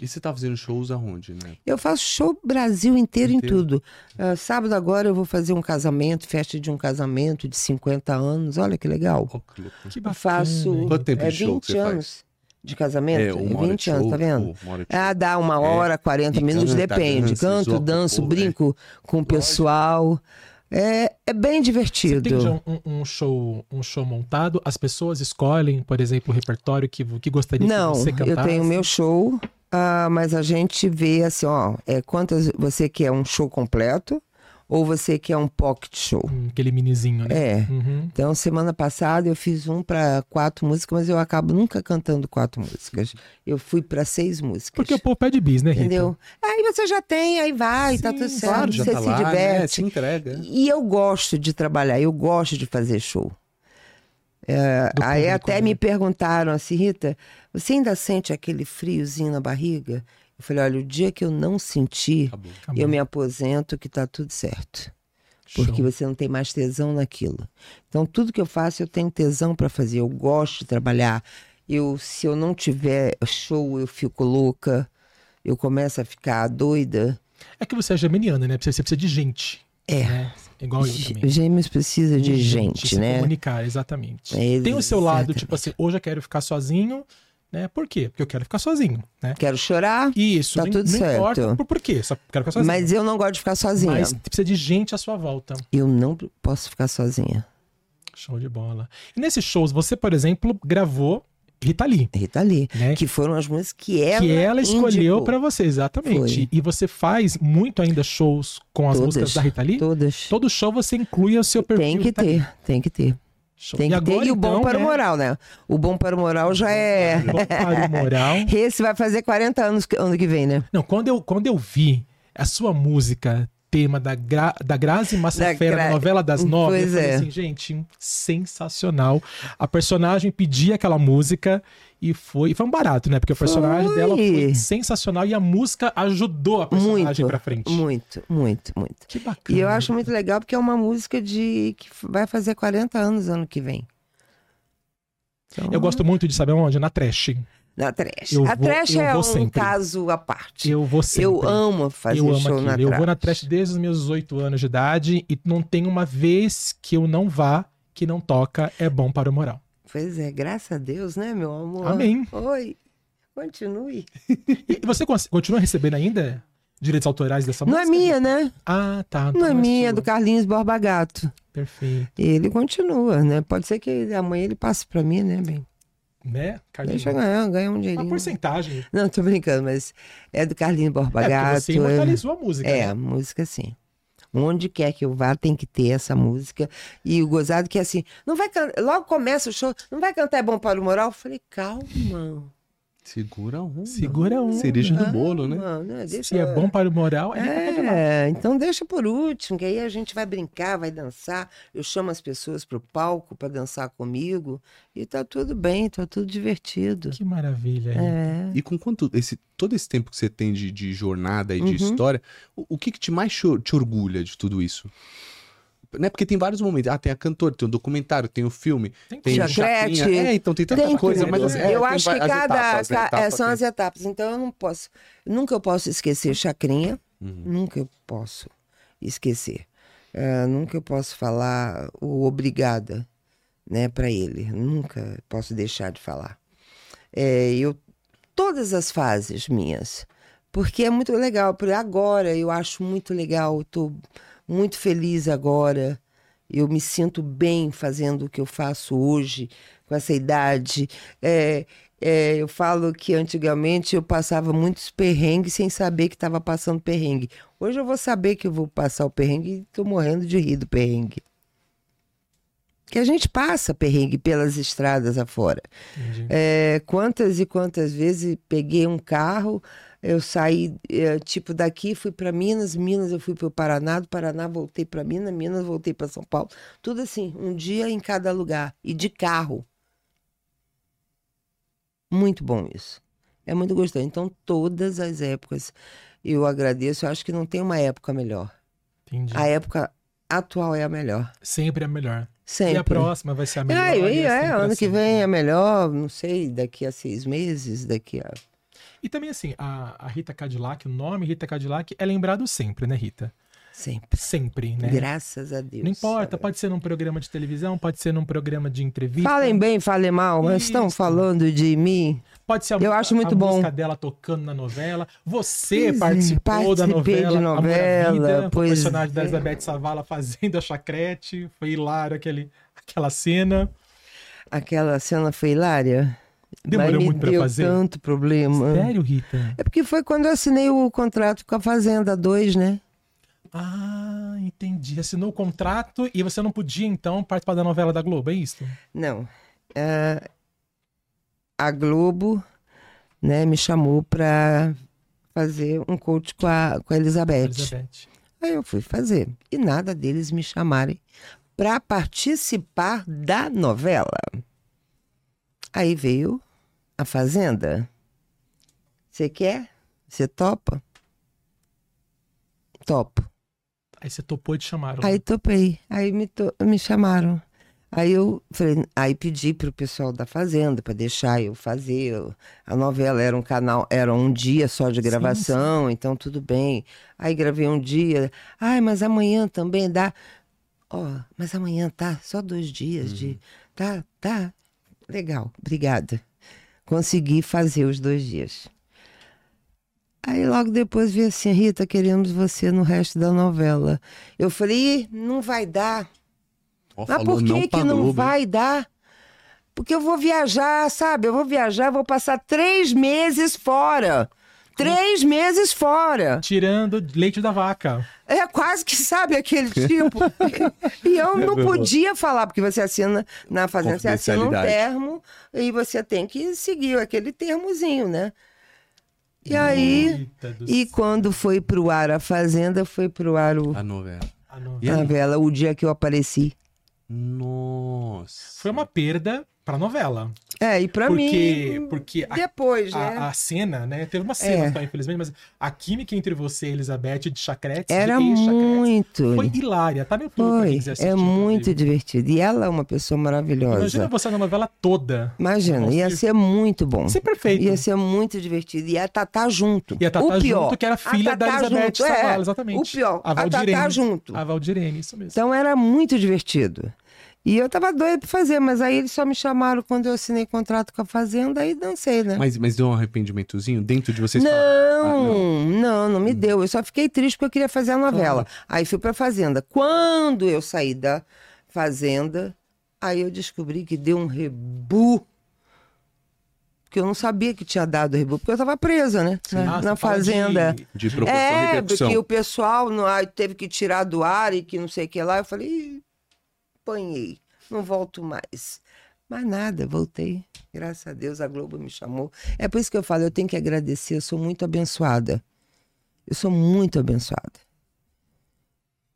E você tá fazendo shows aonde, né?
Eu faço show Brasil inteiro,
Inteiro.
em tudo. Ah, sábado agora eu vou fazer um casamento, festa de um casamento de 50 anos. Olha que legal.
Ó, que louco.
Que
Eu
bacana.
faço
hein?
Quanto tempo
é,
de show que você faz?
anos de casamento.
É, uma hora de
20 anos,
show,
tá vendo?
pô, uma hora de show.
Ah, dá uma hora, 40
E
minutos,
canta,
depende.
dança, zoa
Canto,
com o
danço,
povo, é.
brinco com o pessoal. É, é bem
Você
divertido.
tem já um, um show, um show montado, as pessoas escolhem, por exemplo, o repertório que, vo- que gostaria
Não,
que você
eu
cantasse.
tenho o
assim?
meu show, ah, mas a gente vê assim, ó, é quantas você quer um show completo ou você quer um pocket show?
Hum, Aquele minizinho, né?
É.
Uhum.
Então, semana passada eu fiz um para quatro músicas, mas eu acabo nunca cantando quatro músicas. Eu fui para seis músicas.
Porque o povo pede bis, né, Rita?
entendeu? Aí você já tem, aí vai, tá tudo certo,
Claro, já
você
tá
se
lá, né?
diverte.
Se entrega.
E eu gosto de trabalhar, eu gosto de fazer show. É,
Do
aí
público,
até
né?
me perguntaram assim, Rita, você ainda sente aquele friozinho na barriga? Eu falei, olha, o dia que eu não sentir,
Acabou.
Acabou.
eu me aposento que tá tudo certo.
Ah, Show.
Porque você não tem mais tesão naquilo. Então, tudo que eu faço, eu tenho tesão para fazer. Eu gosto de trabalhar. Eu, se eu não tiver show, eu fico louca. Eu começo a ficar doida.
É que você é geminiana, né? Você, você precisa de gente.
É.
né? Igual eu também.
Gêmeos precisa de gente,
se
né?
comunicar, exatamente.
É,
Tem o seu lado,
exatamente.
tipo assim, hoje eu quero ficar sozinho, né? Por quê? Porque eu quero ficar sozinho, né?
Quero chorar,
Isso,
Tá
não,
tudo
não importa
certo.
por, por quê, só quero ficar sozinho.
mas assim, eu não gosto de ficar sozinha.
Mas precisa de gente à sua volta.
Eu não posso ficar sozinha.
Show de bola. E nesses shows, você, por exemplo, gravou Rita Lee.
Rita Lee.
Né?
Que foram as músicas que ela
que ela escolheu
indicou.
pra você, exatamente.
Foi.
E você faz muito ainda shows com as
Todas,
músicas da Rita Lee?
Todas.
Todo show você inclui o seu perfil. tá
Tem que
Rita Lee.
ter, tem que ter.
Show.
Tem que ter. E o bom
então,
para o
né,
moral, né? O bom para o moral já é.
Bom para o moral.
Esse vai fazer 40 anos que- ano que vem, né?
Não, quando eu, quando eu vi a sua música, tema da, Gra, da Grazi Massafera,
Da
na
Gra-
novela das nove,
Pois
eu falei
é.
assim, gente, sensacional. A personagem pedia aquela música e foi, e foi um barato, né? Porque o personagem
Foi.
dela foi sensacional e a música ajudou a personagem
Muito.
pra frente.
Muito, muito, muito.
Que bacana.
E eu acho muito legal porque é uma música de que f- vai fazer 40 anos ano que vem. Então,
Eu gosto muito de saber onde? Na trash.
da trash.
Eu
a
vou-
trash
eu
é
vou
um
sempre.
caso à parte.
Eu vou sempre.
Eu amo fazer
eu amo
show na
aquilo. Eu vou na
trash.
trash desde os meus 18 anos de idade e não tem uma vez que eu não vá que não toca é bom para o moral.
Pois é, graças a Deus, né, meu amor?
Amém. Tá
Oi. Continue.
E você con- continua recebendo ainda direitos autorais dessa
Não é
música?
minha, né?
Ah, tá. então
Não é minha, é
sua.
do Carlinhos Borba Gato.
Perfeito.
E ele continua, né? Pode ser que amanhã ele passe pra mim, né, bem?
Né, Carlinhos?
Deixa eu ganhar, ganhar um
Uma
dinheirinho.
porcentagem.
Não, tô brincando, mas é do Carlinhos Borba
é, porque
Gato.
você
é-
imortalizou a música.
É,
né?
a música sim. Onde quer que eu vá, tem que ter essa música. E o gozado que é assim, não vai can- logo começa o show, não vai cantar é bom para o moral? Eu falei, calma.
Segura um.
Segura um.
Cereja do bolo, né?
calma, né? Deixa...
Se é bom para o moral, é.
É, então deixa por último, que aí a gente vai brincar, vai dançar. Eu chamo as pessoas pro palco para dançar comigo e tá tudo bem, tá tudo divertido.
Que maravilha.
É.
E com quanto esse todo esse tempo que você tem de, de jornada e de
Uhum.
história, o, o que, que te mais cho- te orgulha de tudo isso? Né? Porque tem vários momentos. Ah, tem a cantora, tem o documentário, tem o filme,
Tem que
tem
ser.
o
Chacrete.
Chacrinha. É, então tem tanta
Tem
coisa,
tudo.
mas assim, é,
eu
tem
acho que
vai- as
cada
etapas, né?
ca- é,
Etapas,
são
tem-
as etapas. Então eu não posso, nunca eu posso esquecer Chacrinha,
Uhum.
nunca eu posso esquecer, É, nunca eu posso falar o obrigada, né, para ele. Nunca posso deixar de falar. É, eu todas as fases minhas, porque é muito legal. Por agora eu acho muito legal. Estou muito feliz agora. Eu me sinto bem fazendo o que eu faço hoje, com essa idade. É, é, eu falo que antigamente eu passava muitos perrengues sem saber que estava passando perrengue. Hoje eu vou saber que eu vou passar o perrengue e estou morrendo de rir do perrengue. Que a gente passa perrengue pelas estradas afora.
Entendi.
É, quantas e quantas vezes peguei um carro, eu saí, é, tipo, daqui fui para Minas, Minas eu fui para o Paraná, do Paraná voltei para Minas, Minas voltei para São Paulo. Tudo assim, um dia em cada lugar e de carro. Muito bom isso. É muito gostoso. Então, todas as épocas eu agradeço. Eu acho que não tem uma época melhor.
Entendi.
A época atual é a melhor.
Sempre é melhor.
Sempre.
E a próxima vai ser a melhor.
É,
e
e é,
sempre
ano que
assim.
vem é melhor, não sei, daqui a seis meses, daqui a.
E também, assim, a, a Rita Cadillac, o nome Rita Cadillac é lembrado sempre, né, Rita?
Sempre.
Sempre, né?
Graças a Deus.
Não importa, pode ser num programa de televisão, pode ser num programa de entrevista.
Falem bem, falem mal, mas estão
Isso.
falando de mim.
Pode ser a,
Eu acho muito
a
bom.
música dela tocando na novela. Você
Pois é,
participou da
participei
novela, Amor
de
à
novela,
Vida, foi o
pois
personagem da
é.
Elizabeth Savala fazendo a chacrete. Foi hilário aquele, aquela cena.
Aquela cena foi hilária.
Demorou
mas me
muito pra
deu
fazer?
tanto problema.
Sério, Rita?
É porque foi quando eu assinei o contrato com a Fazenda 2, né?
Ah, entendi. Assinou o contrato e você não podia, então, participar da novela da Globo, é isso?
Não. É, a Globo né, me chamou pra fazer um coach com a, com a Elizabeth.
Elizabeth.
Aí eu fui fazer. E nada deles me chamarem para participar da novela. Aí veio a Fazenda. Você quer? Você topa? Topo.
Aí você topou de chamar.
Aí topei. Aí me, to- me chamaram. Aí eu falei, aí pedi pro pessoal da fazenda para deixar eu fazer. eu- A novela era um canal, era um dia só de gravação, então tudo bem. Aí gravei um dia. Ai, mas amanhã também dá. Ó, mas amanhã tá só dois dias de tá, tá. Legal. Obrigada. Consegui fazer os dois dias. Aí logo depois vi assim, Rita, queremos você no resto da novela. Eu falei, "Ih, não vai dar.
Ó,
Mas
falou
por
não
que
pra
que não
Globo,
vai dar? Porque eu vou viajar, sabe? Eu vou viajar, vou passar três meses fora. Três meses fora.
Tirando leite da vaca.
É quase que, sabe, aquele tipo. e eu
É
não podia falar, porque você assina na Fazenda, você assina um
Confidencialidade.
termo e você tem que seguir aquele termozinho, né? E aí,
Eita do
e quando foi pro ar a Fazenda, foi pro ar o,
A novela.
Ah, não.
E
a
aí?
novela, o dia que eu apareci.
Nossa.
Foi uma perda pra novela.
É, e pra
porque
mim,
porque a,
depois, né?
a, a cena, né? Teve uma cena
É.
só, infelizmente, mas a química entre você e Elizabeth de Chacretes de
Era
ex-Chacretes,
muito.
Foi hilária. Tá no YouTube pra quem
Foi,
quiser assistir,
é muito
inclusive.
divertido. E ela é uma pessoa
Imagina
maravilhosa.
você na novela toda.
Imagina, ia ser muito bom.
Ia ser perfeito.
Ia ser muito divertido. E a Tatá junto.
E a Tatá
o pior.
junto, que era
a
filha da
Tatá
Elizabeth
junto,
Savala,
é.
exatamente.
O pior,
A
a, Tatá
Valdirene.
junto.
A Valdirene, isso mesmo.
Então era muito divertido. E eu tava doida pra fazer, mas aí eles só me chamaram quando eu assinei contrato com a Fazenda, aí dancei, né?
Mas, mas deu um arrependimentozinho dentro de vocês?
Não,
falaram, "Ah,
não, não me deu. Eu só fiquei triste porque eu queria fazer a novela. Aí fui pra Fazenda. Quando eu saí da Fazenda, aí eu descobri que deu um rebu. Porque eu não sabia que tinha dado rebu, porque eu tava presa, né? Na,
Ah, você
na
tá falando de-
Fazenda.
De proporção e
É,
repercussão.
porque o pessoal não, ah, teve que tirar do ar e que não sei o que lá. Eu falei, "Ih, apanhei, não volto mais. Mas nada, voltei. Graças a Deus a Globo me chamou. É por isso que eu falo, eu tenho que agradecer, eu sou muito abençoada. Eu sou muito abençoada.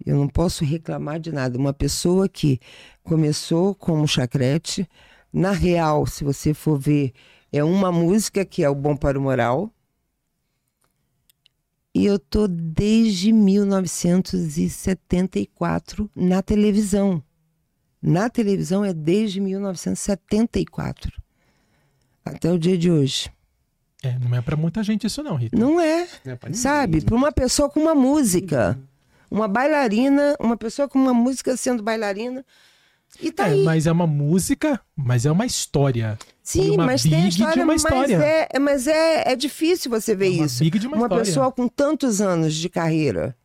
Eu não posso reclamar de nada. Uma pessoa que começou como chacrete, na real, se você for ver, é uma música que é o Bom para o Moral. E eu tô desde 1974 na televisão. Na televisão é desde 1974. Até o dia de hoje.
É, não é pra muita gente isso não, Rita.
Não é,
Não é pra ninguém.
sabe? Para uma pessoa com uma música. Uma bailarina, uma pessoa com uma música sendo bailarina. E tá
É,
aí.
mas é uma música, mas é uma história. e
Sim,
uma
mas tem a
big
história,
de uma história.
Mas, é, é- mas é, é difícil você ver
É uma
isso.
big de uma história.
pessoa com tantos anos de carreira.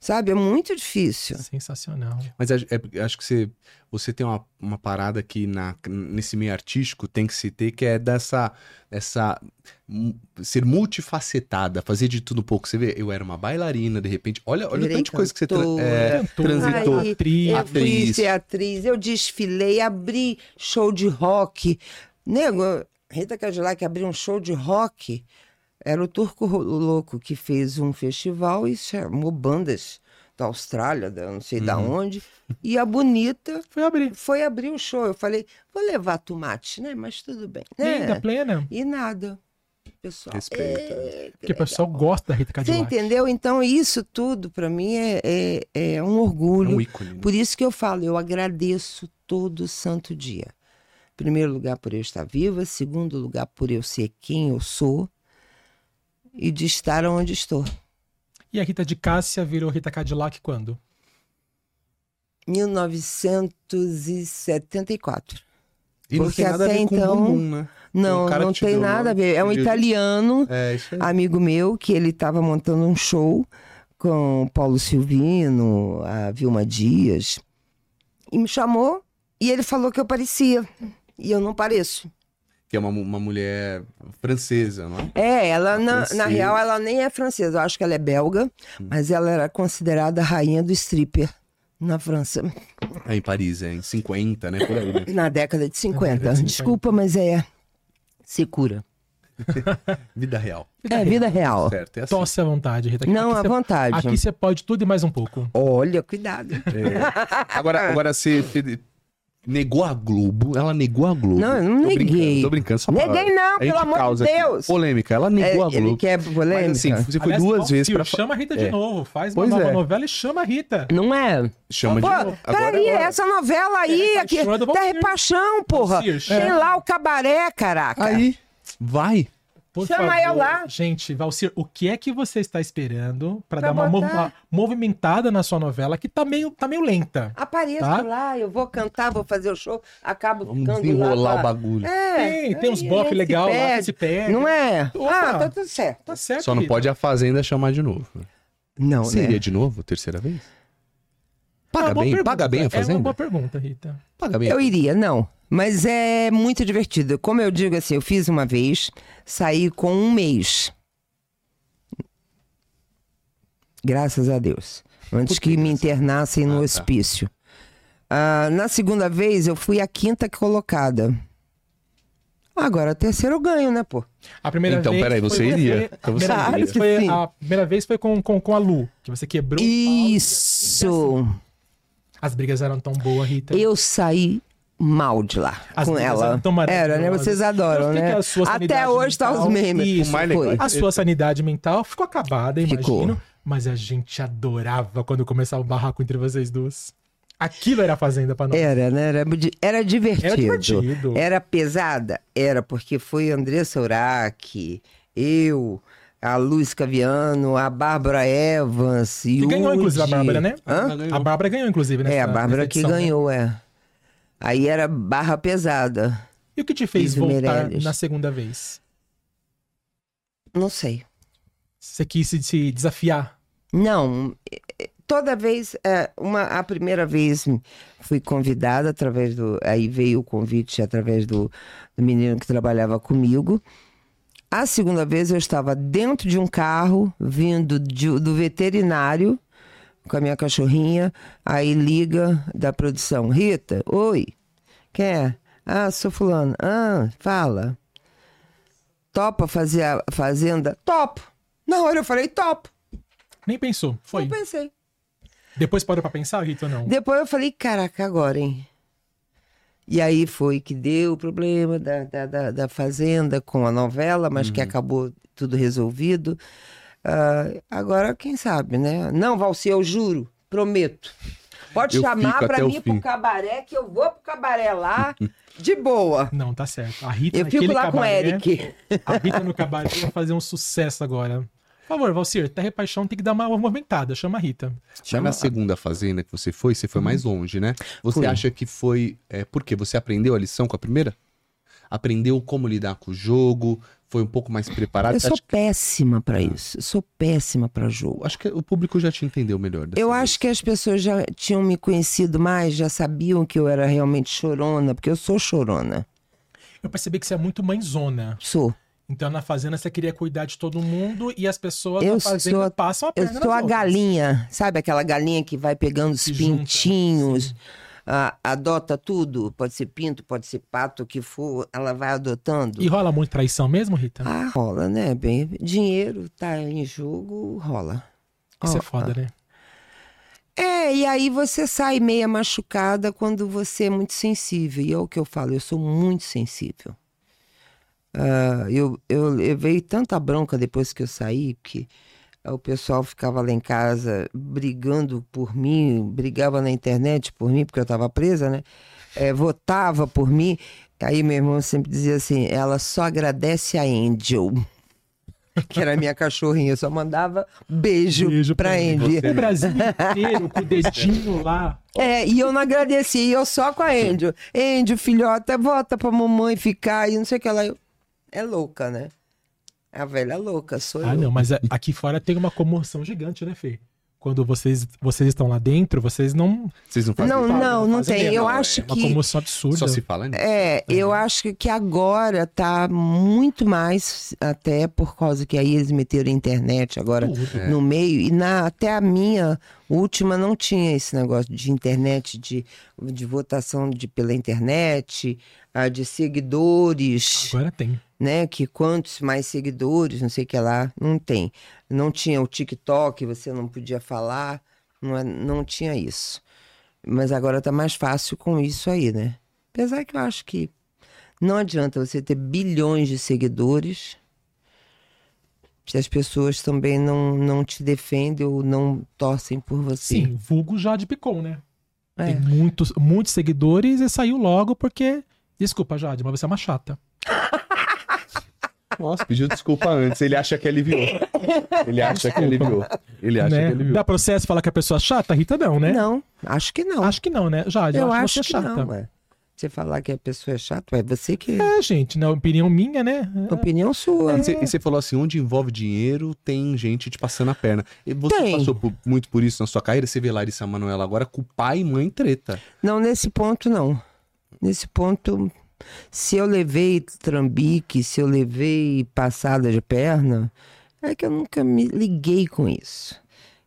Sabe? É muito difícil.
Sensacional.
Mas a- é- acho que você, você tem uma, uma parada que na, nesse meio artístico tem que se ter, que é dessa, dessa mu- ser multifacetada, fazer de tudo um pouco. Você vê, eu era uma bailarina, de repente, olha, olha o
Virei
tanto de coisa que você tra
cantora.
é,
Cantora,
transitou.
Ai,
atriz.
Eu fui
Atriz.
ser atriz, eu desfilei, abri show de rock. Nego, Rita Cadillac abriu um show de rock. Era o Turco Ro- Louco que fez um festival e chamou bandas da Austrália, da não sei da onde. E a Bonita
Uhum. Foi abrir.
foi abrir o show. Eu falei, vou levar tomate, né? Mas tudo bem, né?
Linda, plena.
E nada. Pessoal,
Respeita.
é,
Que o pessoal
legal.
gosta da Rita
Você
Cadillac.
entendeu? Então, isso tudo, para mim, é, é, é um
É
orgulho.
um ícone. né?
Por isso que eu falo, eu agradeço todo santo dia. Primeiro lugar por eu estar viva, segundo lugar por eu ser quem eu sou e de estar onde estou.
E a Rita de Cássia virou Rita Cadillac quando?
1974.
E não
porque
tem nada a
até
ver com
então-
bumbum, né?
Não,
O cara
não
te
tem
deu
nada
nome,
a ver. É um
te deu-
italiano,
É, isso aí.
amigo meu, que ele estava montando um show com o Paulo Silvino, a Vilma Dias, e me chamou e ele falou que eu parecia. E eu não pareço.
Que é uma, mu- uma mulher francesa, não é?
É, ela na,
francesa.
na real ela nem é francesa, eu acho que ela é belga, mas ela era considerada a rainha do stripper na França,
É em Paris, é em 50, né? Por aí, né?
na década de 50.
década de 50.
Desculpa, mas é se cura.
Vida real.
É vida real.
Certo, é assim.
Tosse à vontade, Rita.
Não
Aqui
à
cê-
vontade.
Aqui você pode tudo e mais um pouco.
Olha, cuidado.
É. Agora, agora você você negou a Globo. Ela negou a Globo.
Não, eu não
Tô brincando,
neguei.
Tô brincando, só pra-
Neguei não,
a gente
pelo amor de
causa aqui
Deus.
Polêmica. Ela negou a
É, ele
Globo.
quer polêmica.
Mas assim, você foi
Aliás,
duas
ó,
vezes
Fio,
pra... fa-
Chama a Rita
É.
de novo. Faz
Pois
uma nova
é.
novela e chama a Rita.
Não é?
Chama
Pô,
de novo. Agora- é
peraí, é
agora-
essa novela aí,
Terra e
aqui,
Paixão é do
Terra
Valcir.
e Paixão, porra.
Valcir,
Tem
é.
lá o cabaré, caraca.
Aí, tá. vai.
Por
Chama
favor.
eu lá.
Gente, Valcir, o que é que você está esperando pra
Pra
dar uma, mov-
botar.
uma movimentada na sua novela que tá meio, tá meio lenta?
Apareço
Tá.
lá, eu vou cantar, vou fazer o show, acabo
Vamos
ficando
desenrolar
lá,
o
pra-
bagulho.
É,
tem, tem uns
aí
bofe
se
legal lá que
perde.
se pega.
Não é?
Opa.
Ah, tá tudo certo.
Tá certo.
Só não
Rita.
Né?
pode a Fazenda chamar de novo.
Não,
Seria de novo? Terceira vez? Paga
uma boa
bem,
pergunta.
paga bem a
É uma
fazenda?
boa pergunta, Rita.
Paga bem.
Eu iria, não. Mas é muito divertido. Como eu digo assim, eu fiz uma vez, saí com um mês. Graças a Deus. Antes que me internassem
tá.
no hospício. Ah, na segunda vez, eu fui a quinta colocada. Agora, a terceira eu ganho, né, pô?
A primeira
Então,
vez
peraí,
foi
você iria.
A
Então você
primeira,
iria.
vez foi,
Sim.
a primeira vez foi com, com, com a Lu, que você quebrou.
Isso!
As brigas eram tão boas, Rita.
Eu saí mal de lá
Tá. As
com
meninas
ela.
eram tão maravilhosas.
Era, né? Vocês
Eu
adoram,
sei que
né?
a sua
Até
sanidade
hoje tá os
mental-
memes.
Isso,
Marley,
foi.
A sua sanidade mental ficou acabada, imagino.
Ficou.
Mas a gente adorava quando começava o barraco entre vocês duas. Aquilo era a fazenda pra nós.
Era, né? Era, di- era divertido.
Era divertido.
Era pesada? Era, porque foi Andressa Urac, eu, a Luz Caviano, a Bárbara Evans e
Que
o.
ganhou, inclusive, a Bárbara, né?
Hã?
A Bárbara ganhou, inclusive, né?
É, a Bárbara que ganhou, é. Aí era barra pesada.
E o que te fez
Iso
voltar
Meirelles.
na segunda vez?
Não sei.
Você quis se- se desafiar?
Não, eh, eh, toda vez, eh, uma, a primeira vez m- fui convidada através do, aí veio o convite através do, do menino que trabalhava comigo. A segunda vez eu estava dentro de um carro vindo de- do veterinário com a minha cachorrinha, aí liga da produção, Rita, oi, quem é? Ah, sou fulano. Ah, fala. Topa fazer a fazenda? Topo. Na hora eu falei, topo.
Nem pensou, foi.
Eu pensei.
Depois parou pra pensar, Rita, ou não?
Depois eu falei, caraca, agora, hein? E aí foi que deu o problema da, da, da, da Fazenda com a novela, mas
Uhum.
que acabou tudo resolvido. Ah, agora, quem sabe, né? Não, Valci, eu juro, prometo. Pode
Eu
chamar
fico
pra
até o
mim pro
fim.
cabaré, que eu vou pro cabaré lá, de boa.
Não, tá certo. A Rita
Então,
Eu fico
naquele
lá com o
cabaré-
Eric.
A Rita no cabaré vai fazer um sucesso agora. Por favor, Valcir, Terra e Paixão tem que dar uma movimentada. Chama a Rita.
Então,
Mas na segunda fazenda que você foi, você foi mais longe, né? Você
Uhum. Fui.
acha que foi. É, por quê? Você aprendeu a lição com a primeira? Aprendeu como lidar com o jogo? Foi um pouco mais preparado?
Eu
Você
sou
acha que- Ah.
péssima pra isso. Eu sou péssima pra jogo.
Acho que o público já te entendeu melhor. dessa
Eu
vez.
acho que as pessoas já tinham me conhecido mais, já sabiam que eu era realmente chorona, porque eu sou chorona.
Eu percebi que você é muito mãezona.
Sou.
Então, na Fazenda, você queria cuidar de todo mundo e as pessoas
Eu
na Fazenda
sou-
passam a
Eu
perna nas
sou a
outras.
galinha, sabe aquela galinha que vai pegando os
Se junta,
pintinhos, a- adota tudo, pode ser pinto, pode ser pato, o que for, ela vai adotando.
E rola muito traição mesmo, Rita?
Ah, rola, né? Bem, dinheiro tá em jogo, rola.
Isso é
Ó,
foda, né?
É, e aí você sai meia machucada quando você é muito sensível. E é o que eu falo, eu sou muito sensível. Ah, eu, eu levei tanta bronca depois que eu saí, que o pessoal ficava lá em casa brigando por mim, brigava na internet por mim, porque eu estava presa, né? É, votava por mim. Aí meu irmão sempre dizia assim: ela só agradece a Angel. Que era a minha cachorrinha, eu só mandava beijo, pra, Angel.
O Brasil inteiro com o dedinho lá.
É, e eu não agradeci, eu só com a Angel. Angel, filhota, volta pra mamãe ficar e não sei o que ela. eu- É louca, né? A velha é louca, sou
Ah,
eu.
não, mas a- aqui fora tem uma comoção gigante, né, Fê? Quando vocês, vocês estão lá dentro, vocês não.
Vocês não fazem
Não,
parte?
não, não
fazem
tem.
mesmo,
Eu
não,
acho
É uma Uhum.
que.
comoção absurda.
Só se fala né? nisso.
É, eu acho que agora tá muito mais, até por causa que aí eles meteram a internet agora
Tudo.
é.
no meio. E na, até a minha última não tinha esse negócio de internet, de, de votação de, pela internet, ah, de seguidores.
Agora tem.
né? Que quantos mais seguidores, não sei o que lá, não tem. Não tinha o TikTok, você não podia falar, não, é- não tinha isso. Mas agora tá mais fácil com isso aí, né? Apesar que eu acho que não adianta você ter bilhões de seguidores se as pessoas também não, não te defendem ou não torcem por você.
Sim, vulgo Jade Picon, né?
É.
Tem muitos, muitos seguidores e saiu logo porque. Desculpa, Jade, mas você é uma chata.
Nossa, pediu desculpa antes. Ele acha que aliviou. Ele acha que aliviou. Ele acha
né?
que aliviou.
Dá processo falar que a pessoa é chata? Rita não, né?
Não, acho que não.
Acho que não, né? Jade,
eu
eu
acho
acho,
que
você chata.
não. é. Você falar que a pessoa é chata, é você que. é
É, gente, na opinião minha, né?
Opinião sua.
E você- E você falou assim, onde envolve dinheiro, tem gente te passando a perna. E você
Tem.
passou por- muito por isso na sua carreira? Você vê Larissa Manoela agora com pai e mãe treta.
Não, nesse ponto não. Nesse ponto, se eu levei trambique, se eu levei passada de perna, é que eu nunca me liguei com isso.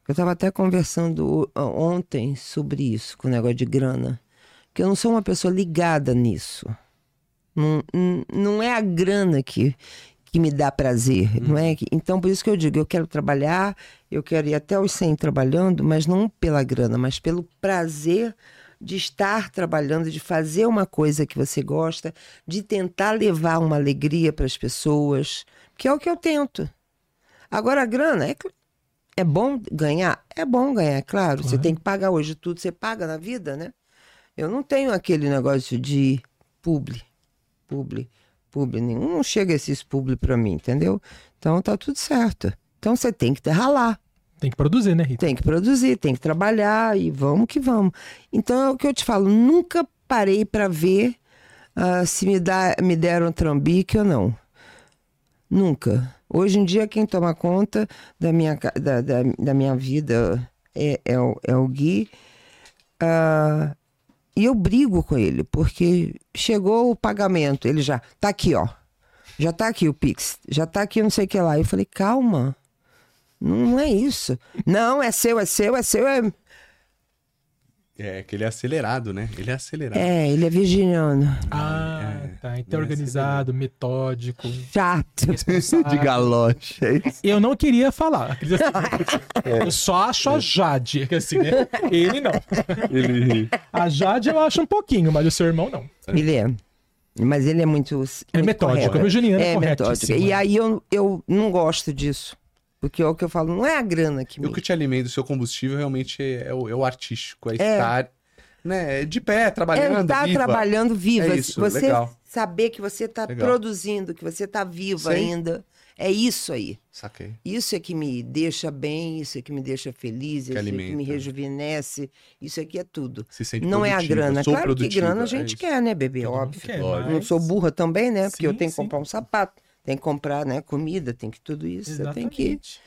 Eu estava até conversando o- ontem sobre isso, com o negócio de grana. Que eu não sou uma pessoa ligada nisso. Não, n- não é a grana que, que me dá prazer, não é? que- Então, por isso que eu digo, eu quero trabalhar, eu quero ir até os 100 trabalhando, mas não pela grana, mas pelo prazer de estar trabalhando, de fazer uma coisa que você gosta, de tentar levar uma alegria para as pessoas, que é o que eu tento. Agora, a grana é, cl- é bom ganhar? É bom ganhar, claro. Você
Claro.
tem que pagar hoje tudo, você paga na vida, né? Eu não tenho aquele negócio de publi, publi, publi. Nenhum não chega esses publi pra mim, entendeu? Então tá tudo certo. Então você tem que ter ralar,
Tem que produzir, né, Rita?
tem que produzir, tem que trabalhar e vamos que vamos. Então é o que eu te falo, nunca parei pra ver ah, se me, dá, me deram um trambique ou não. Nunca. Hoje em dia, quem toma conta da minha, ca- da, da, da minha vida é, é, o, é o Gui. Ah, e eu brigo com ele, porque chegou o pagamento, ele já tá aqui, ó. Já tá aqui o Pix, já tá aqui não sei o que lá. Eu falei, calma, não é isso. Não, é seu, é seu, é seu, é.
É, que ele é acelerado, né? Ele é acelerado.
É, ele é virginiano.
Ah,
É,
tá. Então
deve
é
ser
organizado, metódico.
Chato.
De galoche, é isso.
Eu não queria falar. Aqueles assim, Eu só acho
É.
a Jade, que assim, né? Ele não.
Ele...
A Jade eu acho um pouquinho, mas o seu irmão não.
Ele é. Mas ele é muito.
É
muito
metódico,
correto.
é virginiano,
É
corretíssimo,
metódico.
né?
é.
E aí eu, eu não gosto disso. Porque é o que eu falo, não é a grana que me.
O que te alimenta, o seu combustível realmente é, é o, é o artístico, é,
É.
estar né, de pé,
É
trabalhando,
estar
viva.
trabalhando viva.
É isso,
você
legal.
saber que você está
Legal.
produzindo, que você está viva
Sim.
ainda. É isso aí.
Saquei.
Isso é que me deixa bem, isso é que me deixa feliz, isso é que
alimenta.
me rejuvenesce. Isso aqui é tudo.
Se sente
não é a
produtiva,
grana.
sou
Claro que
produtiva,
grana a
é
gente
isso.
quer, né, bebê?
Todo mundo
Óbvio.
quer,
lógico.
Não sou
mas-
burra também, né? Porque eu
Sim,
tenho que
sim.
comprar um sapato, tem que comprar, né, comida, tem que tudo isso. Você tem que.
Exatamente.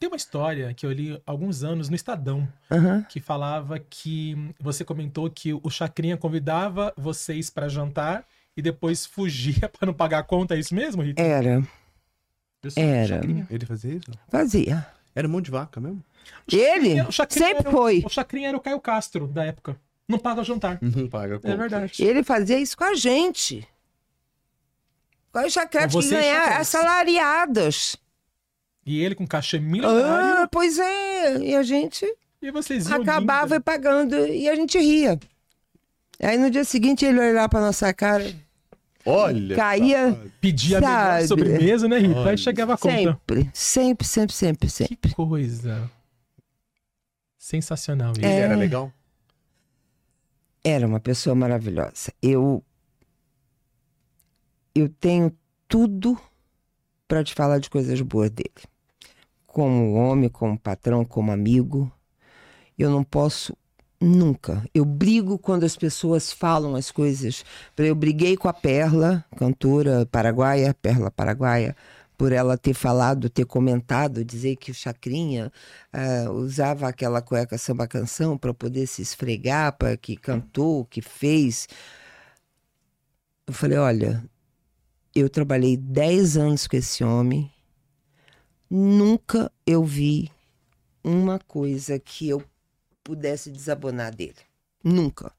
Tem uma história que eu li há alguns anos no Estadão,
Aham.
que falava que você comentou que o Chacrinha convidava vocês pra jantar e depois fugia pra não pagar a conta, é isso mesmo, Rita?
Era,
Eu sou o
era.
Chacrinha.
Ele fazia isso?
fazia.
Era um monte de vaca mesmo?
Ele
O um Chacrinha
sempre
era o-
foi.
O Chacrinha era o Caio Castro da época. Não paga jantar.
Não paga
É
conta.
verdade.
Ele fazia isso com a gente. Com as chacretes
Com
que
vocês,
ganhar
chacretes.
assalariadas.
E ele com cachê milionário.
Ah, pois é. E a gente
E vocês iam
acabava
linda.
pagando e a gente ria. Aí no dia seguinte ele olhava pra nossa cara,
Olha!
Caía-
safado.
Pedia a melhor
sabe?
sobremesa, né, Rita?
Olha,
Aí chegava a conta.
sempre, sempre, sempre, sempre, sempre.
Que coisa. Sensacional isso.
Ele
É.
era legal?
era uma pessoa maravilhosa. Eu eu tenho tudo para te falar de coisas boas dele. Como homem, como patrão, como amigo, eu não posso nunca. Eu brigo quando as pessoas falam as coisas. Eu briguei com a Perla, cantora paraguaia, Perla paraguaia, por ela ter falado, ter comentado, dizer que o Chacrinha ah, usava aquela cueca samba canção para poder se esfregar, para que cantou, que fez. Eu falei, olha, eu trabalhei 10 anos com esse homem, nunca eu vi uma coisa que eu pudesse desabonar dele. Nunca.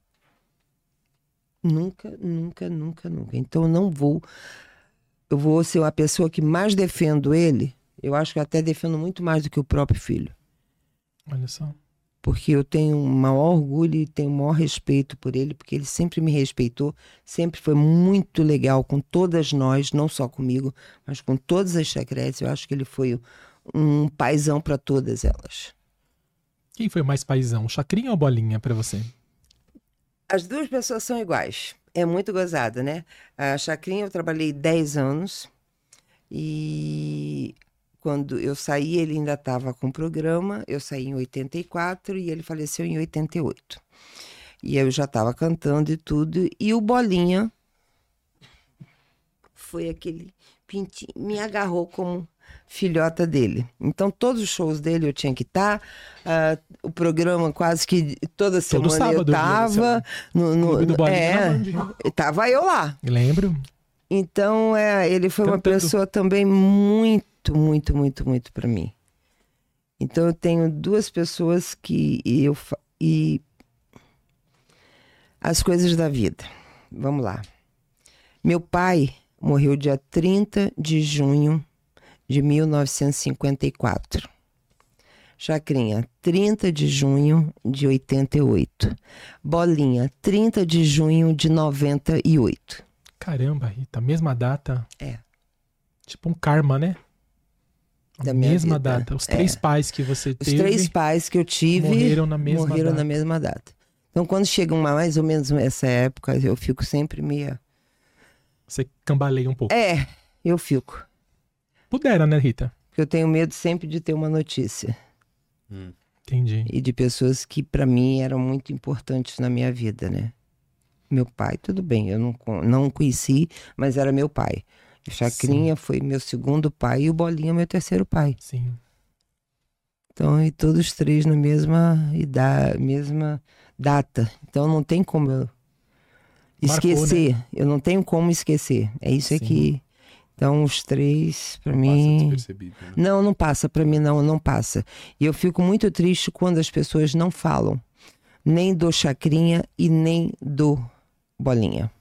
Nunca, nunca, nunca, nunca. Então eu não vou. Eu vou ser uma pessoa que mais defendo ele. Eu acho que eu até defendo muito mais do que o próprio filho
Olha só.
porque eu tenho o maior orgulho e tenho o maior respeito por ele, porque ele sempre me respeitou, sempre foi muito legal com todas nós, não só comigo, mas com todas as chacretes. Eu acho que ele foi um paizão para todas elas.
Quem foi mais paizão, o Chacrinha ou Bolinha pra você?
As duas pessoas são iguais. É muito gozado, né? A Chacrinha eu trabalhei 10 anos e quando eu saí ele ainda estava com o programa. Eu saí em 84 e ele faleceu em 88. E eu já estava cantando e tudo. E o Bolinha foi aquele pintinho, me agarrou como filhota dele. Então, todos os shows dele eu tinha que estar. ah, o programa quase que toda semana
sábado,
eu
né,
tava. No, no-
Clube do Bolinha
é,
na
tava eu lá.
Lembro.
Então, é, ele foi uma
Cantando.
pessoa também muito, muito, muito, muito para mim. Então, eu tenho duas pessoas que eu. fa- E. As coisas da vida. Vamos lá. Meu pai morreu dia 30 de junho de 1954. Chacrinha, 30 de junho de 88. Bolinha, 30 de junho de 98.
Caramba, Rita, mesma data.
É.
Tipo um karma, né? A
Da minha
mesma
vida, É.
data. Os três pais que você
Os
teve.
três pais que eu tive
morreram na mesma
morreram
data.
na mesma data. Então, quando chega uma, mais ou menos essa época, eu fico sempre meio.
Você cambaleia um pouco.
É, eu fico.
Pudera, né, Rita?
Porque eu tenho medo sempre de ter uma notícia.
Entendi.
E de pessoas que, pra mim, eram muito importantes na minha vida, né? Meu pai, tudo bem, eu não, con- não conheci, mas era meu pai. O Chacrinha foi meu segundo pai e o Bolinha, meu terceiro pai.
Sim.
Então, e todos três na mesma idade, mesma data. Então, não tem como eu
Marcou,
esquecer. Eu não tenho como esquecer. É isso
Sim.
aqui. Então, os três, para
Passa
mim.
despercebido, né?
Não, não passa. Para mim, não, não passa. E eu fico muito triste quando as pessoas não falam. Nem do Chacrinha e nem do Bolinha.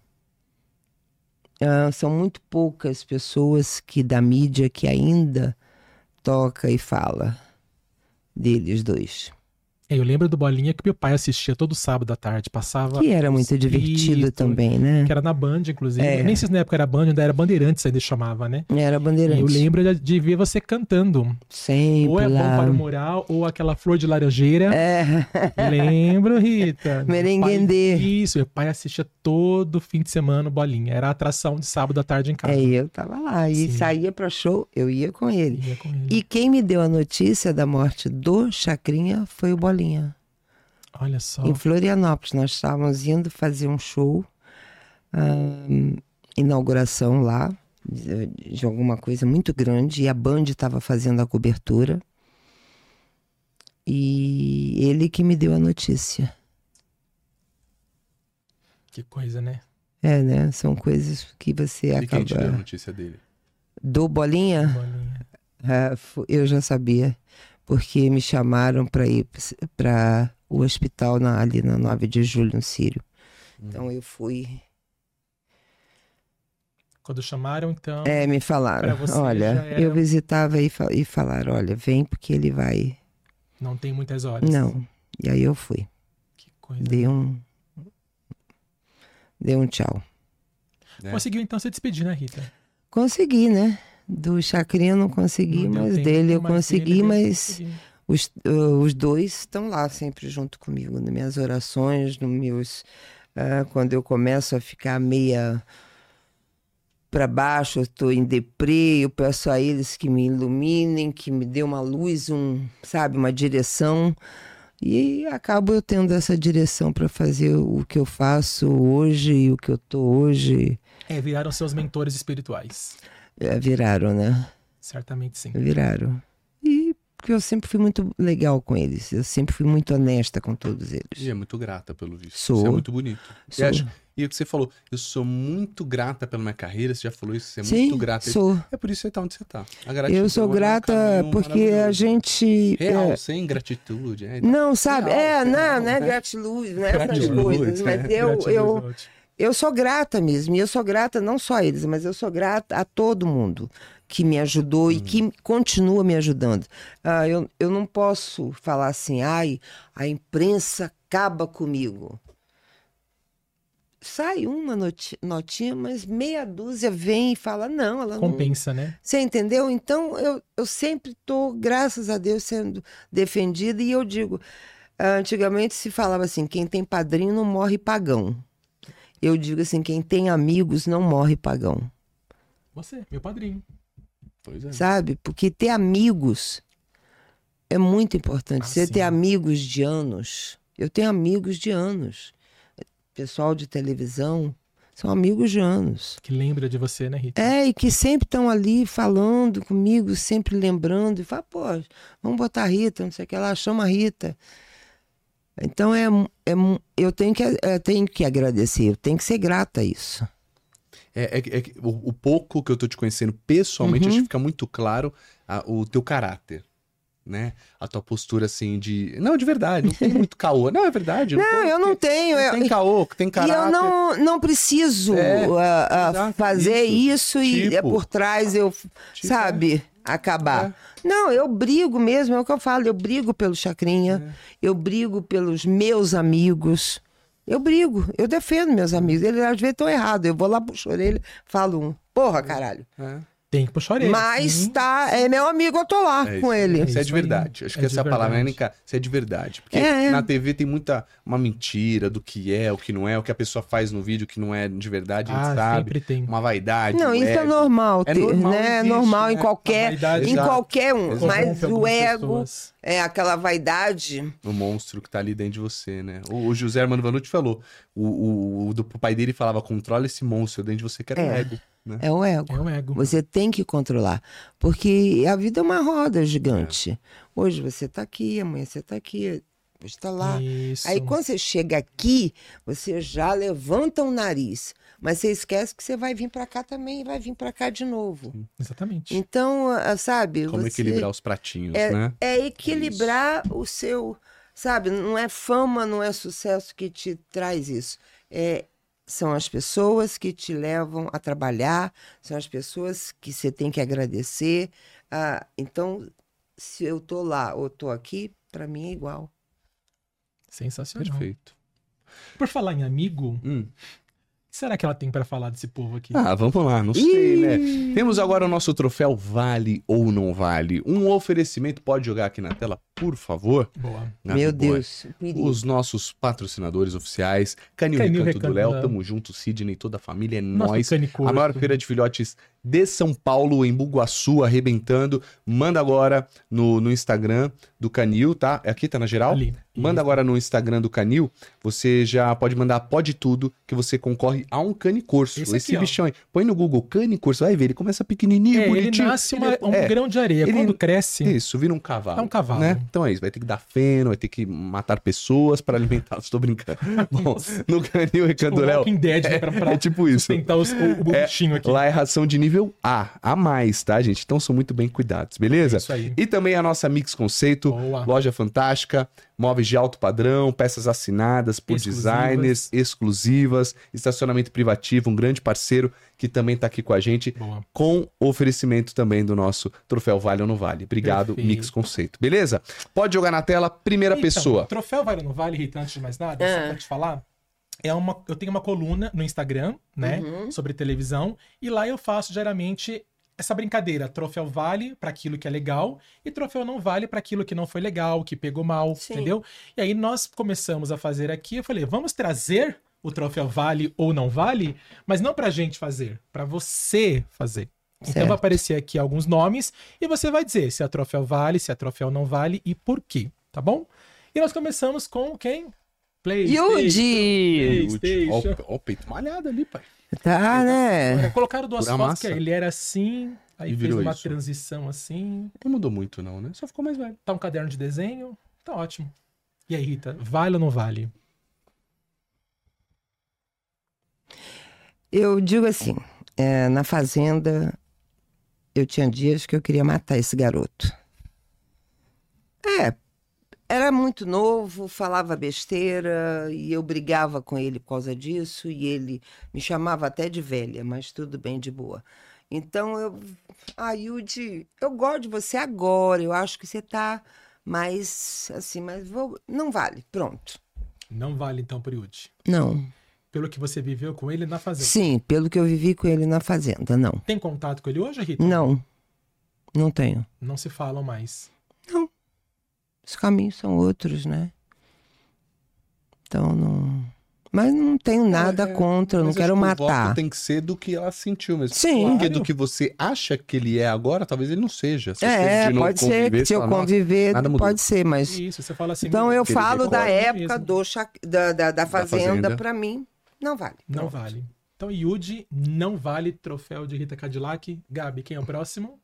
Ah, são muito poucas pessoas que da mídia que ainda toca e fala deles dois.
É, eu lembro do Bolinha que meu pai assistia todo sábado à tarde. Passava.
Que era muito divertido
Espírito,
também, né?
Que era na Band, inclusive.
É.
Eu Nem sei se na época era Band, ainda era Bandeirantes, ainda chamava, né?
Era
E eu
bandeirante.
lembro de- de ver você cantando.
Sempre
Ou é bom
lá.
para o moral, ou aquela flor de laranjeira.
É.
Lembro, Rita.
Merenguendê.
Meu pai- Isso, meu pai assistia todo fim de semana o bolinha. Era a atração de sábado à tarde em casa.
É, eu tava lá. E
Sim.
saía pra show, eu ia com ele.
Ia com ele.
E quem me deu a notícia da morte do Chacrinha foi o Bolinha.
Olha só.
Em Florianópolis, nós estávamos indo fazer um show, ahn, inauguração lá, de, de alguma coisa muito grande, e a Band estava fazendo a cobertura. E ele que me deu a notícia.
Que coisa, né?
É, né? São coisas que você
E quem te deu a
acaba.
notícia dele?
Do Bolinha?
Bolinha.
Ah, fu- eu já sabia, porque me chamaram para ir para o hospital na- ali na 9 de julho, no Sírio.
Hum.
Então eu fui.
Quando chamaram, então.
É, me falaram:
Pra você
olha,
já era-
eu visitava e, fa- e falaram: olha, vem porque ele vai.
Não tem muitas horas.
Não. E aí eu fui.
Que coisa.
Dei um. Dei um tchau.
É.
Conseguiu então se despedir, né, Rita?
Consegui, né? Do Chacrinha eu não consegui,
Não deu
mas
tempo,
dele eu
mas
consegui,
dele né? deu-
mas.
consegui.
Os, ah, os dois estão lá sempre junto comigo, nas minhas orações, nos meus. ah, quando eu começo a ficar meia para baixo, eu estou em deprê, eu peço a eles que me iluminem, que me dê uma luz, um, sabe, uma direção. E acabo eu tendo essa direção para fazer o que eu faço hoje e o que eu tô hoje.
É, viraram seus mentores espirituais.
É, viraram, né?
Certamente sim.
Viraram. E porque eu sempre fui muito legal com eles, eu sempre fui muito honesta com todos eles.
E é muito grata, pelo visto.
Sou.
Isso é muito bonito. E,
Sou.
acho- e o que você falou, eu sou muito grata pela minha carreira, você já falou isso, você é
Sim,
muito grata.
sou.
É por isso que você tá onde você tá. A
Eu
gratidão é
sou
um
grata
caminho
porque a
maravilhoso.
gente. é,
Real, sem gratitude. É,
não, sabe? É,
real,
não,
real,
não
né?
é gratiluz, não é essas
Gratiluz,
coisas.
é.
Mas eu,
Gratidão,
eu,
Zote.
eu sou grata mesmo. E eu sou grata não só a eles, mas eu sou grata a todo mundo que me ajudou e que continua me ajudando. Ah, eu, eu não posso falar assim, ai, a imprensa acaba comigo. Sai uma noti- notinha, mas meia dúzia vem e fala, não, ela não,
Compensa, né?
você entendeu? Então, eu, eu sempre estou, graças a Deus, sendo defendida. E eu digo, ah, antigamente se falava assim, quem tem padrinho não morre pagão. Eu digo assim, quem tem amigos não morre pagão,
Você, meu padrinho.
Pois é.
sabe? Porque ter amigos é muito importante.
Ah,
Você ter
sim.
amigos de anos. Eu tenho amigos de anos. pessoal de televisão são amigos de anos.
Que lembra de você, né, Rita?
É, e que sempre estão ali falando comigo, sempre lembrando, e fala, pô, vamos botar a Rita, não sei o que lá, chama a Rita. Então é, é eu, tenho que, eu tenho que agradecer, eu tenho que ser grata a isso.
É, é- é que o, o pouco que eu tô te conhecendo pessoalmente,
Uhum.
acho que fica muito claro a- o teu caráter, né? A tua postura, assim, de... Não, de verdade, não tem muito caô. Não, é verdade.
Não, eu não tenho.
Não
eu-
tem caô, tem
e
caráter.
eu não, não preciso
É,
ah, ah,
exato,
fazer
isso.
isso, e é
Tipo.
por trás eu,
Tipo,
sabe, acabar.
É.
Não, eu brigo mesmo, é o que eu falo, eu brigo pelo
É.
Chacrinha, eu brigo pelos meus amigos. Eu brigo, eu defendo meus amigos. Eles às vezes estão errados. Eu vou lá, puxo a orelha, falo um. Porra, caralho.
É. Uhum.
Tem que puxar a orelha.
Mas
sim.
tá, é meu amigo, eu tô lá
É
com
isso aí.
ele.
Você é
isso
de
aí.
verdade. Acho
É
que
de
essa é a palavra, né,
verdade.
Nica? Você é de verdade. Porque
É, é.
na TV tem muita uma mentira do que é, o que não é, o que a pessoa faz no vídeo que não é de verdade,
tá.
a gente
Ah,
sabe.
sempre tem.
Uma vaidade.
Não,
um
isso é
ego.
normal,
É
ter,
normal,
né? É
existe,
normal em
né?
A
qualquer,
vaidade
em
Exato.
qualquer um,
Exato.
mas
corrompe
o
algumas
ego
pessoas.
é aquela vaidade.
O monstro que tá ali dentro de você, né? O, o José Armando Vanucci falou. O, o- o do o pai dele falava: controla esse monstro dentro de você, que era o
É.
ego. Né?
É o ego.
É o ego.
Você tem que controlar, porque a vida é uma roda gigante.
É.
Hoje você tá aqui, amanhã você tá aqui, depois tá lá.
Isso.
Aí quando você chega aqui, você já levanta o nariz, mas você esquece que você vai vir pra cá também e vai vir pra cá de novo.
Exatamente.
Então, ah, sabe,
Como
você
equilibrar os pratinhos,
é,
né?
é equilibrar o seu, sabe, não é fama, não é sucesso que te traz isso. É, são as pessoas que te levam a trabalhar, são as pessoas que você tem que agradecer. Ah, então, se eu tô lá ou tô aqui, para mim é igual.
Sensacional.
Perfeito.
Por falar em amigo,
Hum.
o que será que ela tem pra falar desse povo aqui?
Ah, vamos lá, não sei, né? Temos agora o nosso troféu Vale ou Não Vale. Um oferecimento, pode jogar aqui na tela, por favor.
Boa.
Nada
Meu
Ah, boa.
Deus, perigo.
Os nossos patrocinadores oficiais, Canil,
Canil
Recanto,
Recanto
do Léo,
Léo.
tamo junto, Sidney, toda a família, é
Nosso
nóis.
cane
A
curto.
maior feira de filhotes de São Paulo, em Buguaçu, arrebentando. Manda agora no, no Instagram do Canil, tá? Aqui tá na geral?
Ali.
Manda agora no Instagram do Canil. Você já pode mandar pode tudo que você concorre a um cane corso.
Esse
Esse,
aqui, ó.
bichão aí. Põe no Google cane corso, vai ver. Ele começa pequenininho,
É, ele
bonitinho.
nasce uma- um
é,
grão de areia.
Ele-
Quando cresce,
isso, vira um cavalo.
É um cavalo.
Né? Então é isso, vai ter que dar feno, vai ter que matar pessoas para alimentar. Estou brincando. Bom, no Canil Recanto
o
é Léo.
Tipo, Walking Dead né, pra, pra
É tipo isso.
sustentar os- o, o bichinho aqui.
Lá é ração de nível A, a mais, tá, gente? Então são muito bem cuidados, beleza?
É isso aí.
E também a nossa Mix Conceito,
Boa.
loja fantástica, móveis de alto padrão, peças assinadas por
Exclusivas.
designers, exclusivas, estacionamento privativo, um grande parceiro que também tá aqui com a gente,
Boa.
com oferecimento também do nosso troféu Vale ou Não Vale. Obrigado,
Perfeito.
Mix Conceito, beleza? Pode jogar na tela, primeira
Então,
pessoa.
Troféu vale ou não vale, Rita, antes de mais nada, só pra te falar. É uma, eu tenho uma coluna no Instagram, né?
Uhum.
Sobre televisão. E lá eu faço geralmente essa brincadeira. Troféu vale pra aquilo que é legal e troféu não vale pra aquilo que não foi legal, que pegou mal,
Sim.
entendeu? E aí nós começamos a fazer aqui. Eu falei, vamos trazer o troféu vale ou não vale, mas não pra gente fazer, pra você fazer. Então
Certo.
vai aparecer aqui alguns nomes e você vai dizer se a troféu vale, se a troféu não vale e por quê, tá bom? E nós começamos com quem? PlayStation.
Yudi!
Ó,
PlayStation.
o- ó o peito malhado ali, pai.
Tá,
É.
né?
É, Colocaram duas
Pura
fotos que
massa.
ele era assim, aí
E
fez
virou
uma
isso.
transição assim,
Não mudou muito não, né? Só ficou mais velho.
tá um caderno de desenho, tá ótimo. E aí, Rita, vale ou não vale?
Eu digo assim, é, na fazenda eu tinha dias que eu queria matar esse garoto. É, era muito novo, falava besteira e eu brigava com ele por causa disso e ele me chamava até de velha, mas tudo bem de boa. Então eu, ah, Yudi, eu gosto de você agora, eu acho que você tá mais assim, mas vou, não vale, pronto.
Não vale então por Yudi.
Não.
Pelo que você viveu com ele na fazenda.
Sim, pelo que eu vivi com ele na fazenda, não.
Tem contato com ele hoje, Rita?
Não, não tenho.
Não se falam mais.
Os caminhos são outros, né? Então não. Mas não tenho nada contra, eu não
É, Mas
quero
acho que O
matar.
voto tem que ser do que ela sentiu mesmo.
Sim.
Porque do que você acha que ele é agora, talvez ele não seja. Se você
É,
de novo
pode ser
conviver,
que se
você
eu
fala, "Nossa,
conviver,
nada mudou."
pode ser, mas.
Isso, você fala assim.
Então
meu
eu
Deus,
falo da
concordo
época
mesmo.
do cha- da, da, da
Fazenda.
Fazenda, pra mim, não vale.
Não
Pronto.
vale. Então, Yudi, não vale troféu de Rita Cadillac. Gabi, quem é o próximo?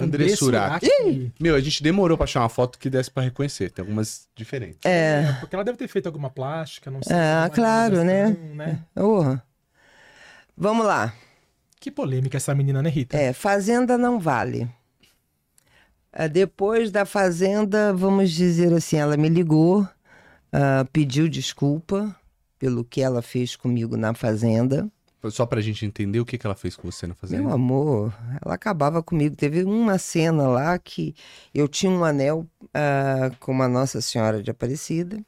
André Surak.
Surak.
Meu, a gente demorou pra achar uma foto que desse pra reconhecer. Tem algumas diferentes.
É.
É, porque ela deve ter feito alguma plástica, não sei.
É,
alguma
claro, né?
atuação, né?
Porra. Vamos lá.
Que polêmica essa menina, né, Rita?
É, fazenda não vale. Ah, Depois da fazenda, vamos dizer assim, ela me ligou, ah, pediu desculpa pelo que ela fez comigo na fazenda.
Só pra gente entender o que, que ela fez com você na fazenda.
Meu amor, ela acabava comigo. Teve uma cena lá que eu tinha um anel ah, com a Nossa Senhora de Aparecida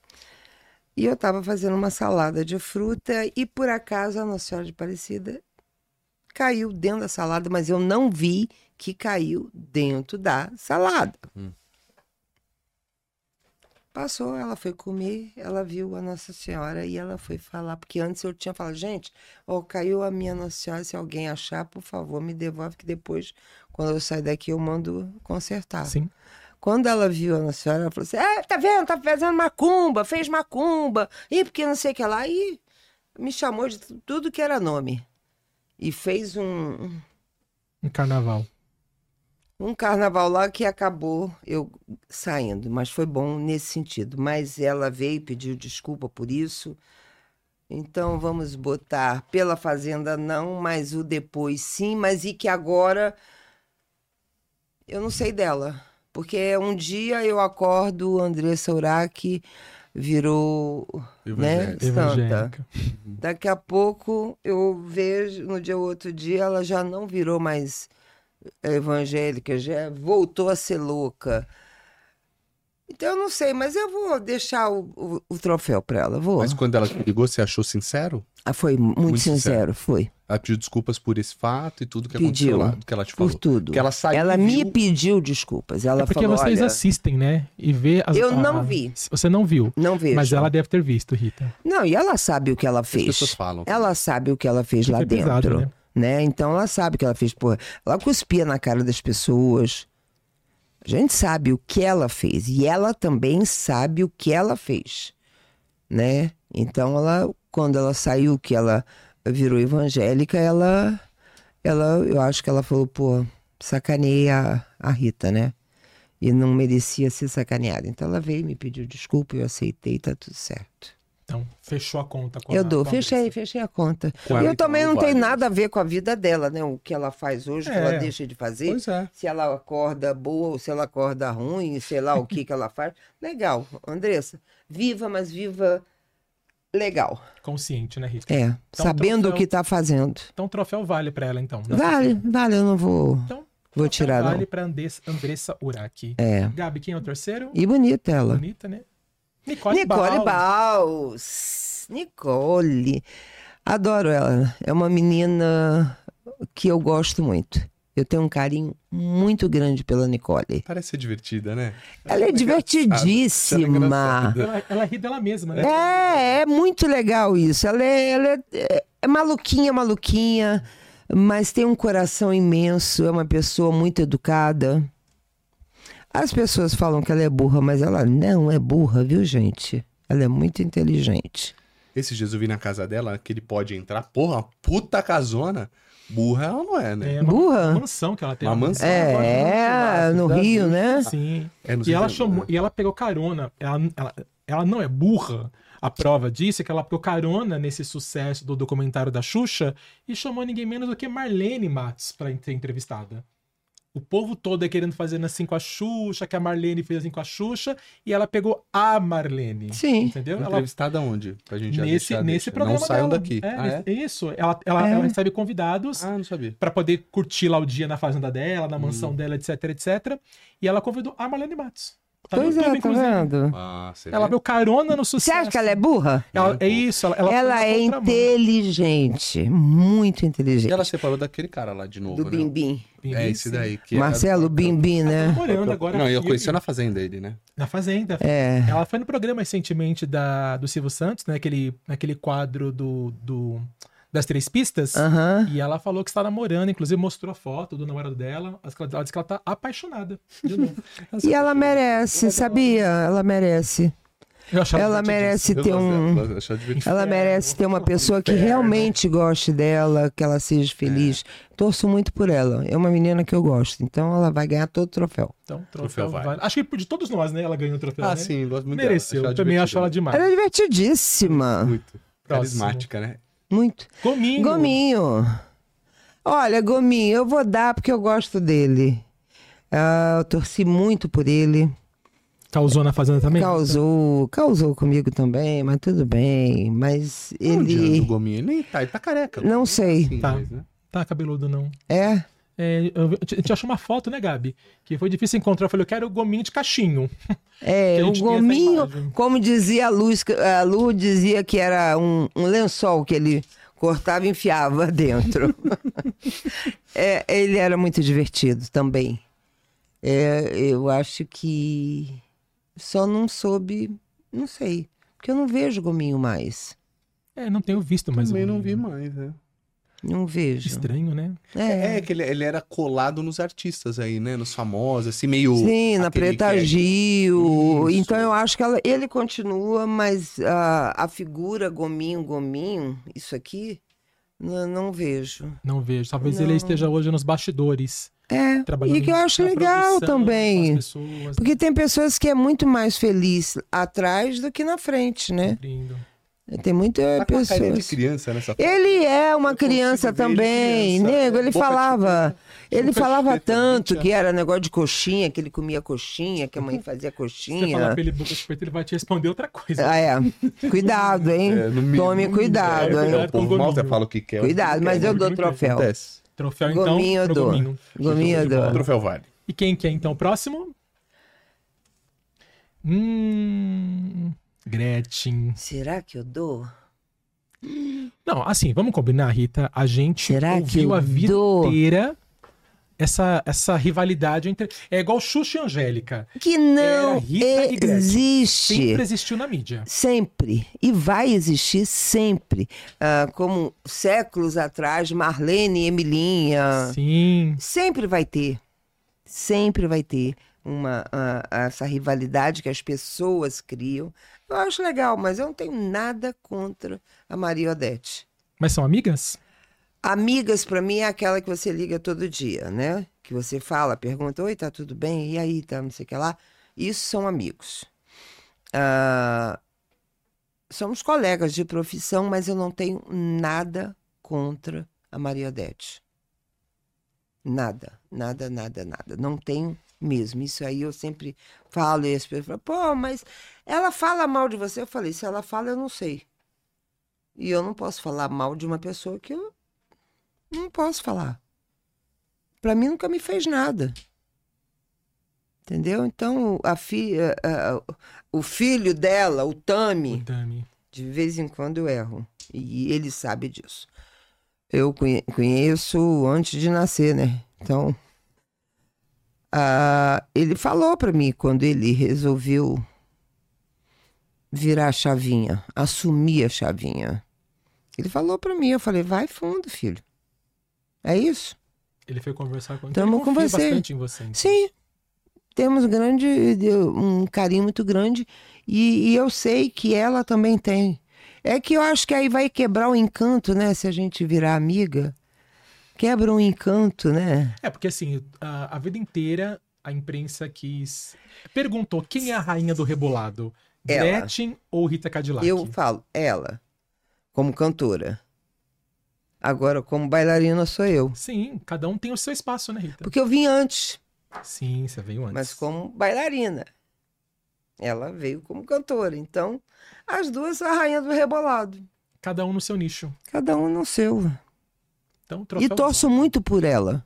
e eu estava fazendo uma salada de fruta e por acaso a Nossa Senhora de Aparecida caiu dentro da salada, mas eu não vi que caiu dentro da salada. Passou, ela foi comer, ela viu a Nossa Senhora e ela foi falar, porque antes eu tinha falado, gente, ó, caiu a minha Nossa Senhora, se alguém achar, por favor, me devolve, que depois, quando eu sair daqui, eu mando consertar.
Sim.
Quando ela viu a Nossa Senhora, ela falou assim, ah, tá vendo, tá fazendo macumba, fez macumba, e porque não sei o que lá, e me chamou de tu- tudo que era nome. E fez um,
Um carnaval.
um carnaval lá que acabou eu saindo, mas foi bom nesse sentido. Mas ela veio e pediu desculpa por isso. Então vamos botar pela fazenda não, mas o depois sim, mas e que agora eu não sei dela. Porque um dia eu acordo, Andressa Urach virou né,
Evangélica.
santa.
Evangélica. É
Daqui a pouco eu vejo, no dia ou outro dia, ela já não virou mais eh, evangélica, já voltou a ser louca. Então eu não sei, mas eu vou deixar o, o- o troféu para ela, vou.
Mas quando ela te ligou, você achou sincero?
Ah, foi muito,
Muito
sincero, foi.
Ela pediu desculpas por esse fato e tudo que aconteceu
Pediu.
lá, do que ela te falou.
Por tudo.
Que ela saiu e
me
viu-
pediu desculpas. Ela
é porque
falou,
vocês
olha,
assistem, né? E vê as,
Eu
a-
não
a-
vi.
Você não viu.
não vejo.
Mas ela deve ter visto, Rita.
Não, e ela sabe o que ela
As pessoas
fez.
falam.
Ela sabe o que ela fez
Que
lá
foi
dentro.
pesado, né?
né? Então ela sabe o que ela fez. Porra, ela cuspia na cara das pessoas. A gente sabe o que ela fez. E ela também sabe o que ela fez. Né? Então ela, quando ela saiu, que ela virou evangélica, ela. ela eu acho que ela falou, pô, sacaneei a, a Rita, né? E não merecia ser sacaneada. Então ela veio, me pediu desculpa, eu aceitei, tá tudo certo.
Então, fechou a conta com a
Eu dou,
com a
fechei,
Andressa.
fechei a conta.
Com
e
ela,
eu
então,
também
não
não tenho
vale.
nada a ver com a vida dela, né? O que ela faz hoje, o que
É.
ela deixa de fazer.
Pois é.
Se ela acorda boa ou se ela acorda ruim, sei lá o que que ela faz. Legal, Andressa. Viva, mas viva legal.
Consciente, né, Rita?
É,
Então,
sabendo
troféu.
o que tá fazendo.
Então, o troféu vale pra ela, então. né?
Vale, vale, eu não vou,
Então,
vou
troféu
tirar
Vale
não.
pra Andressa, Andressa Uraki.
É.
Gabi, quem é o terceiro?
E bonita ela.
Bonita, né? Nicole, Baal.
Nicole Baus. Nicole. Adoro ela. É uma menina que eu gosto muito. Eu tenho um carinho muito grande pela Nicole.
Parece ser divertida, né?
Ela é divertidíssima.
Ela, ela ri dela mesma, né?
É, é muito legal isso. Ela é, ela é- é maluquinha, maluquinha, mas tem um coração imenso. É uma pessoa muito educada. As pessoas falam que ela é burra, mas ela não é burra, viu, gente? Ela é muito inteligente.
Esse Jesus vi na casa dela, que ele pode entrar. Porra, uma puta casona. Burra ela não é, né?
É uma
Burra?
mansão que ela tem.
Uma mansão.
É,
Agora,
no
né?
então,
Rio, né?
Sim.
É, não sei
E ela,
se-
chamou, e ela pegou carona. Ela, ela, ela não é burra. A prova disso é que ela pegou carona nesse sucesso do documentário da Xuxa e chamou ninguém menos do que Marlene Matos pra ser entrevistada. O povo todo é querendo fazer assim com a Xuxa, que a Marlene fez assim com a Xuxa, e ela pegou a Marlene.
Sim.
Entendeu?
Foi
Ela
Entrevistada onde? Pra gente já
nesse,
deixar,
nesse
deixa.
programa.
Não saiam
dela.
daqui.
É,
ah, é?
Isso. Ela, ela,
É.
ela recebe convidados
Ah, não sabia.
pra poder
Uhum.
curtir lá o dia na fazenda dela, na mansão dela, etc, etc. E ela convidou a Marlene Matos. Tá no
pois
YouTube,
é, tá
inclusive.
vendo?
Ah, você
Ela
vê?
deu carona no
Você
sucesso.
acha que ela é burra?
Ela- é isso, ela, ela,
Ela,
foi na
é
contramão.
inteligente, muito
E
inteligente.
ela separou daquele cara lá de novo,
Do
né?
Bimbim.
É
né?
esse daí. Que
Marcelo Bimbim, né?
Morando tá agora.
Não, eu
aqui,
conheci na fazenda ele, né?
na Fazenda.
É.
Ela foi no programa recentemente da, do Silvio Santos, né? Aquele, naquele quadro do, do- das três pistas.
Aham.
E ela falou que está namorando, inclusive mostrou a foto do namorado dela. Ela ela disse que ela tá apaixonada. De novo.
E ela
é
merece, sabia? Ela merece.
Eu achava
Ela
que tinha
merece
Eu
ter
gosto
um.
dela, eu acho ela É, divertida.
Ela merece ter uma pessoa que realmente goste dela, que ela
É.
seja feliz. Torço muito por ela. É uma menina que eu gosto. Então ela vai ganhar todo o troféu.
Então, troféu,
Troféu vai.
vai. Acho que de todos nós, né? Ela ganhou o troféu.
Ah,
né?
sim, gosto muito
Mereceu.
dela.
Eu também acho ela
divertida.
demais.
Ela é divertidíssima.
Muito. Carismática, né?
Muito.
Gominho.
Gominho. Olha, Gominho, eu vou dar porque eu gosto dele. Ah, eu torci muito por ele.
Causou na fazenda também?
Causou, causou comigo também, mas tudo bem. Mas
Onde anda o
ele.
Gominho? Ele nem tá, ele tá careca.
Não sei.
Sim,
Tá.
mas, né?
Tá cabeludo, não.
É?
É, eu- a gente achou uma foto, né, Gabi? Que foi difícil encontrar. Eu falei, eu quero o gominho de cachinho. Que
É,
a
o
gente tem essa
gominho,
imagem.
como dizia a Luz, a Lu dizia que era um, um lençol que ele cortava e enfiava dentro. É, ele era muito divertido também. É, eu acho que só não soube, não sei, porque eu não vejo gominho mais.
É, não tenho visto mais. o
Também não vi
hum.
Gominho.
mais, né?
Não vejo.
Estranho, né?
É.
É, que ele, ele era colado nos artistas aí, né? Nos famosos, assim, meio.
Sim, na
aquele
Preta
que é-
Gil.
Isso.
Então eu acho que ela- ele continua, mas ah, a figura Gominho, Gominho, isso aqui, n- não vejo.
Não vejo. Talvez
Não.
ele esteja hoje nos bastidores.
É,
Trabalhando
e que eu acho
na
legal
produção, com
também.
as pessoas, tá
Porque tem pessoas que é muito mais feliz atrás do que na frente, né?
cumprindo.
Tem muita
Tá com uma carinha de
pessoas.
criança nessa foto.
Ele é uma
Eu
criança
consigo ver ele
também,
criança,
nego.
é,
Ele
boca de
falava, ele
boca de
falava
chupeta,
tanto
gente,
que era negócio de coxinha, que ele comia coxinha, que a mãe fazia
Se você falar
coxinha.
pra ele boca de peito, ele vai te responder outra coisa.
Ah, é. Cuidado, hein?
É, no mínimo.
Tome cuidado,
É,
hein?
Não,
cuidado
o
com
povo mal
Gominho.
já fala o que quer.
Cuidado, mas eu dou troféu.
Acontece.
Troféu, então,
Gominho eu
pro
dou.
Gominho.
Gominho eu
O
dou.
troféu vale.
E quem que é, então, o próximo? Hum... Gretchen.
Será que eu dou?
Não, assim, vamos combinar, Rita. A gente
Será que
ouviu
eu
a vida
dou?
inteira essa, essa rivalidade entre... É igual Xuxa e Angélica.
Que
Era
não
Rita e Gretchen.
existe.
Sempre existiu na mídia.
Sempre. E vai existir sempre. Ah, como séculos atrás, Marlene e Emilinha.
Sim.
Sempre vai ter. Sempre vai ter uma, ah, essa rivalidade que as pessoas criam. Eu acho legal, mas eu não tenho nada contra a Maria Odete.
Mas são amigas?
Amigas, pra mim, é aquela que você liga todo dia, né? Que você fala, pergunta, oi, tá tudo bem? E aí, tá não sei o que lá. Isso são amigos. Ah, somos colegas de profissão, mas eu não tenho nada contra a Maria Odete. Nada, nada, nada, nada. Não tenho mesmo. Isso aí eu sempre falo e as pessoas falam, pô, mas ela fala mal de você. Eu falei, se ela fala, eu não sei. E eu não posso falar mal de uma pessoa que eu não posso falar. Pra mim nunca me fez nada. Entendeu? Então o- a fi, a- a- o filho dela, o Tami,
O Dami.
de vez em quando eu erro. E ele sabe disso. Eu conhe- conheço antes de nascer, né? Então. ah, ele falou pra mim quando ele resolveu virar a chavinha, assumir a chavinha. Ele falou pra mim, eu falei, vai fundo, filho. É isso?
Ele foi conversar com
Tamo
ele
com
confia
você.
bastante em você. então.
Sim, temos grande, de- um carinho muito grande e, e eu sei que ela também tem. É que eu acho que aí vai quebrar o encanto, né? Se a gente virar amiga, quebra um encanto, né?
É, porque assim, a, a vida inteira a imprensa quis. Perguntou quem é a rainha do rebolado?
Ela.
Gretchen ou Rita Cadillac?
Eu falo, ela, como cantora. Agora, como bailarina, sou eu.
Sim, cada um tem o seu espaço, né, Rita?
Porque eu vim antes,
Sim, você veio antes.
mas como bailarina. Ela veio como cantora. Então, as duas são a rainha do rebolado.
Cada um no seu nicho.
Cada um no seu.
Então,
E
troféu
torço
vai.
muito por ela.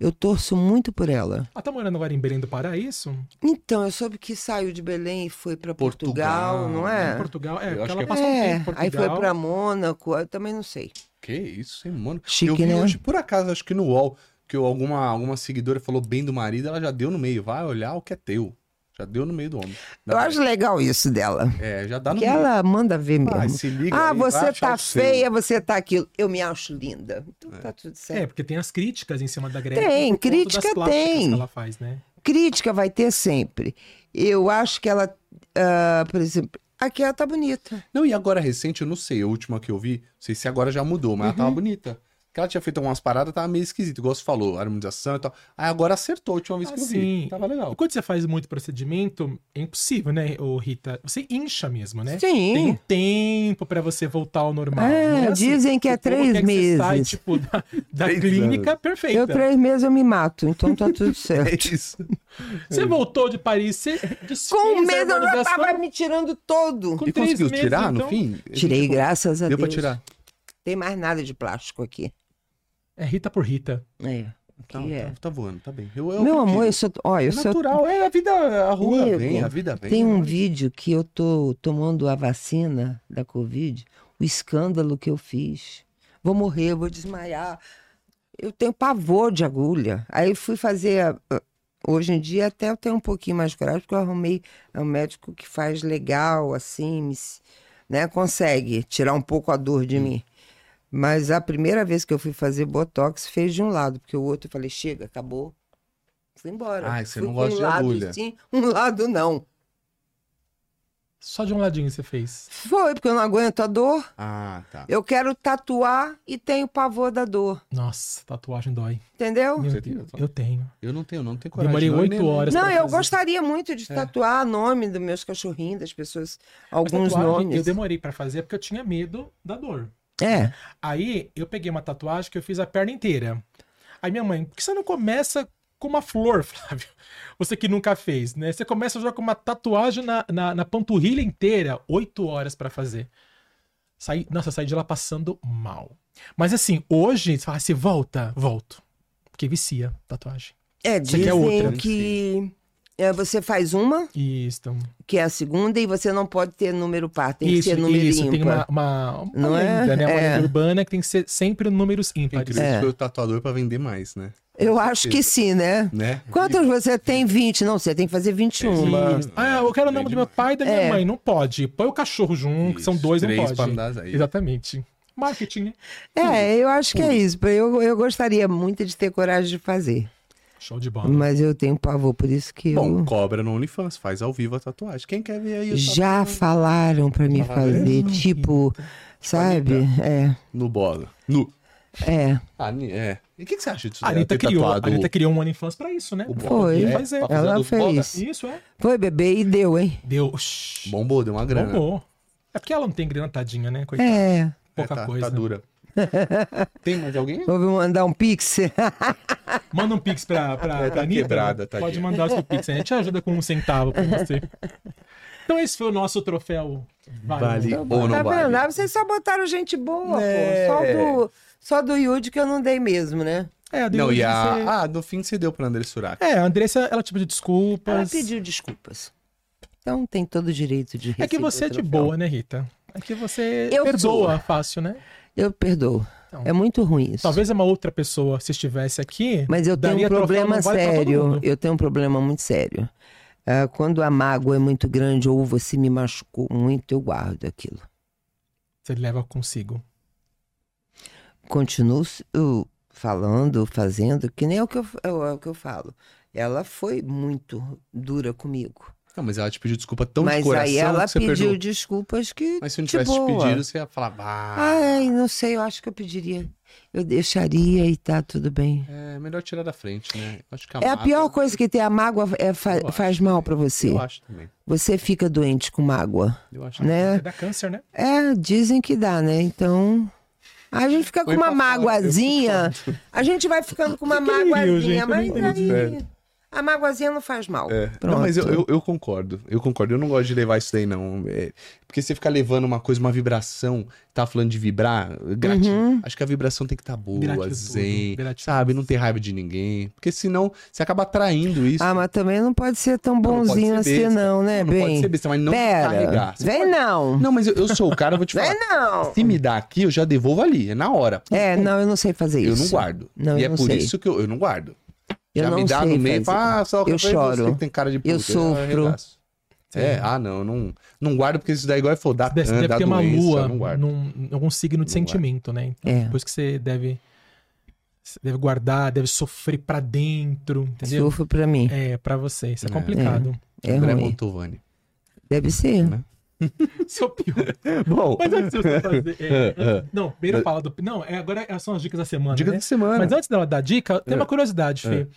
Eu torço muito por ela.
Ela tá morando agora em Belém do Pará, é isso?
Então, eu soube que saiu de Belém e foi para Portugal,
Portugal,
não é?
Em Portugal, é,
Eu
porque
acho
ela
que é-
passou um
É,
tempo em Portugal.
aí foi para Mônaco, eu também não sei.
Que isso, hein, mano?
Chique,
eu vi
né?
hoje, por acaso, acho que no UOL, que eu- alguma, alguma seguidora falou bem do marido, ela já deu no meio. Vai olhar o que é teu. Já deu no meio do homem.
Eu acho
é.
legal isso
Ah,
dela.
É, já dá no
Que
meio.
ela manda ver mesmo.
Vai, se liga
ah,
aí, vai
você
achar
tá
o seu.
feia, você tá aquilo. Eu me acho linda. Então tá tudo certo.
É, porque tem as críticas em cima da Gretchen.
Tem,
por conta das
crítica
plásticas
tem.
Que ela faz, né?
Crítica vai ter sempre. Eu acho que ela, ah, por exemplo, aqui ela tá bonita.
Não, e agora recente, eu não sei, a última que eu vi, não sei se agora já mudou, mas ela
Uhum.
tava bonita. Porque ela tinha feito algumas paradas, tava meio esquisito, igual você falou, harmonização e tal. Aí agora acertou a última vez que eu vi.
Assim,
Tava legal.
Quando você faz muito procedimento, é impossível, né, ô Rita? Você incha mesmo, né? Tem um
Sim.
tempo pra você voltar ao normal.
É,
não assim?
dizem que é
O povo
três
quer que você saia,
meses.
tipo, da, da
Três
clínica
Eu
perfeita.
três meses eu me mato, então tá tudo
É
certo.
isso.
Você voltou de Paris, você
Com um
desfez a
mês eu já
harmonização,
tava me tirando todo.
Com
E
três
conseguiu
meses,
tirar no
então?
fim? Tipo,
Tirei, graças a
Deu pra
Deus.
tirar.
Tem mais nada de plástico aqui.
É Rita por Rita.
É.
Tá,
Aqui é. Então,
tá, tá voando, tá bem. Eu- eu
Meu
curti.
amor, eu sou. Olha,
É
eu sou
natural, é a vida, a rua
Amigo,
vem, a vida vem.
Tem um vídeo que eu tô tomando a vacina da Covid, o escândalo que eu fiz. Vou morrer, vou desmaiar. Eu tenho pavor de agulha. Aí fui fazer. a- a- Hoje em dia até eu tenho um pouquinho mais de coragem, porque eu arrumei um médico que faz legal, assim, me s- né? Consegue tirar um pouco a dor de mim. Mas a primeira vez que eu fui fazer Botox fez de um lado, porque o outro eu falei, chega, acabou. Fui embora.
Ah, você
Fui
não
com
gosta
um
de
lado
agulha.
Sim, um lado não.
Só de um ladinho você fez.
Foi, porque eu não aguento a dor.
Ah, tá.
Eu quero tatuar e tenho pavor da dor.
Nossa, tatuagem dói.
Entendeu?
Meu
Você
Deus,
tem?
eu tenho.
Eu não tenho, não tenho coragem.
Demorei
não,
oito
nem-
horas.
Não,
pra
eu
fazer.
gostaria muito de
É.
tatuar nome dos meus cachorrinhos, das pessoas,
Mas
alguns
tatuagem, Eu
nomes.
demorei pra fazer porque eu tinha medo da dor.
É,
Aí eu peguei uma tatuagem que eu fiz a perna inteira. Aí minha mãe, por que você não começa com uma flor, Flávio? Você que nunca fez, né? Você começa já com uma tatuagem na, na, na panturrilha inteira, oito horas pra fazer. Saí, nossa, eu saí de lá passando mal. Mas assim, hoje, você fala assim, volta, volto. Porque vicia tatuagem. Você
é dizem
quer outra, né?
que é, você faz uma,
Isso, então.
que é a segunda, e você não pode ter número par, tem
isso,
que ser número
isso. Tem uma,
ímpar.
uma, uma
Não é?
lenda, né? Uma
É.
lenda urbana que tem que ser sempre números ímpares.
Incrível,
É.
foi o tatuador pra vender mais, né?
Eu acho que sim, né?
Né?
Quantas você tem? 20? Não, você tem que fazer 21.
Isso. Ah, eu quero o nome do meu pai e da minha
É.
mãe. Não pode. Põe o cachorro junto, Um, que são
Isso,
dois, não
três
pode.
pra andar aí.
Exatamente. Marketing, né?
É, eu acho que é isso. Eu, eu gostaria muito de ter coragem de fazer.
Show de bola.
Mas eu tenho pavor, por isso que eu.
Bom, cobra no OnlyFans, faz ao vivo a tatuagem. Quem quer ver aí? eu
Já
tatuo
falaram pra me
Falaram?
fazer, tipo, sabe? É,
No bola. No.
é.
Ah, ni- é. E o que, que você acha disso?
A
dela
Anitta
ter
criou, a
tatuado
Anitta criou um OnlyFans pra isso, né?
o bola?
Foi.
É,
Mas é.
pra fazer
Ela
a do bola?
fez.
Isso, é.
Foi, bebê, e deu, hein?
Deus.
Bombou, deu uma grana.
Bombou. É porque ela não tem grana, tadinha, né? Coitada.
É.
Pouca
É, tá,
coisa.
Tá dura. Tem mais alguém?
Vou mandar um pix.
Manda um pix pra, pra,
É,
pra
tá
Anitta. né?
quebrada, tadinha.
Pode mandar o seu pix. A gente ajuda com um centavo pra você. Então esse foi o nosso troféu.
Vale ou
tá
não
vendo? Ah,
vale?
vocês só botaram gente boa,
É.
pô. Só do, só do Yudi que eu não dei mesmo, né?
É,
Não,
Adriana,
e
você-
a... Ah, no fim você deu pra André Surak.
É, a Andressa, ela tipo de desculpas.
Ela pediu desculpas. Então tem todo o direito de
É que
receber
você é
o
de
troféu.
boa, né, Rita? É que você
Eu
perdoa fácil, né?
Eu perdoo.
Então.
é muito ruim isso.
Talvez uma outra pessoa, se estivesse aqui.
Mas eu tenho
daria
um
troféu,
problema
não vale pra todo
sério.
mundo.
Eu tenho um problema muito sério. Ah, quando a mágoa é muito grande ou você me machucou muito, eu guardo aquilo.
Você leva consigo.
Continuo s- eu falando, fazendo, que nem é o que eu, f- é o é o que eu falo. Ela foi muito dura comigo.
Não, mas ela te pediu desculpa tão de
Mas
coração
aí ela
que você
pediu
perdoou.
desculpas que.
Mas se eu não
de
tivesse te
boa.
pedido, você ia falar, ah,
Ai, não sei, eu acho que eu pediria. Eu deixaria e tá tudo bem.
é melhor tirar da frente, né? Acho que
É a
mágoa-
pior coisa que tem. A mágoa é, fa-
Eu acho.
faz mal pra você.
Eu acho também.
Você fica doente com mágoa,
Eu acho
né?
Você dá câncer, né?
É, dizem que dá, né? Então. A gente fica com
Põe
uma
pra fora, eu fico
magoazinha. A gente vai ficando com uma
Que que ele riu, gente?
magoazinha,
Eu não
mas
entendi.
aí. A magoazinha não faz mal.
É.
Pronto.
Não, mas eu, eu, eu concordo. Eu concordo. Eu não gosto de levar isso daí, não. É, porque você ficar levando uma coisa, uma vibração, tá falando de vibrar, grati...
Uhum.
acho que a vibração tem que estar boa,
Gratitude,
zen,
gratitude.
sabe? Não ter raiva de ninguém. Porque senão você acaba atraindo isso.
Ah, mas também não pode ser tão bonzinho
Ah, pode ser
assim,
besta.
não, né,
não
bem?
pode ser besta, mas não
Pera,
carregar. Você
vem não.
Não, mas eu, eu sou o cara, eu vou te falar.
Vem não.
Se me dá aqui, eu já devolvo ali, é na hora. Pum,
É,
pum.
não, eu não sei fazer isso.
Eu não guardo.
Não,
e
eu
é
não
por
sei.
isso que eu, eu não guardo.
Eu
já
não
me dá
sei
no meio,
fazer.
pá, só foi
Eu choro.
Você que tem cara de puta.
Eu sofro.
arregaço. É, ah, não, não, não guardo porque isso daí igual é foda.
Deve,
ah,
deve
dá
ter uma
doença,
lua
eu não guardo.
num, em algum signo de
Não
sentimento, né? Então,
É.
depois que você deve, você deve guardar, deve sofrer pra dentro, entendeu?
Sofro pra mim.
É, pra você. Isso é
É.
complicado.
É,
André
ruim.
Montovani.
Deve ser.
Né?
Seu pior.
Bom,
Mas assim, né? antes de você fazer. é,
Ah, ah.
não, primeiro fala do. Não, é, agora são as dicas da semana.
dica
né?
da semana. É.
Mas antes dela dar dica, tem uma curiosidade, Fê.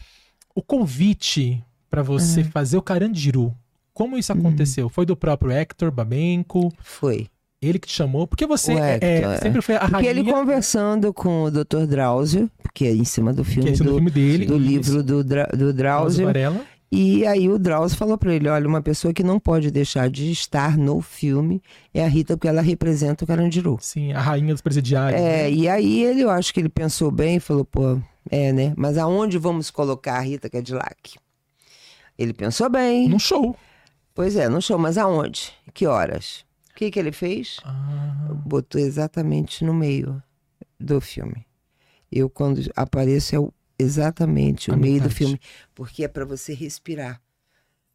O convite pra você
Uhum.
fazer o Carandiru. Como isso aconteceu? Foi do próprio Hector Babenco?
Foi.
Ele que te chamou? Porque você
O
é,
Hector, é.
sempre foi a
Porque
rainha
ele conversando com o Dr. Drauzio, porque é em cima do
que é
filme,
esse do,
do,
filme dele.
do livro do, Dra- do
Drauzio
Drauzio,
Varela.
E aí o Drauzio falou pra ele, olha, uma pessoa que não pode deixar de estar no filme é a Rita, porque ela representa o Carandiru.
Sim, a rainha dos presidiários.
É,
né?
e aí ele, eu acho que ele pensou bem e falou, pô, é, né? Mas aonde vamos colocar a Rita Cadillac? Ele pensou bem.
Num show.
Pois é, no show, mas aonde? Que horas? O que, que ele fez? Botou exatamente no meio do filme. Eu, quando apareço, é o- exatamente
A
o meio do
metade.
filme, porque é para você respirar.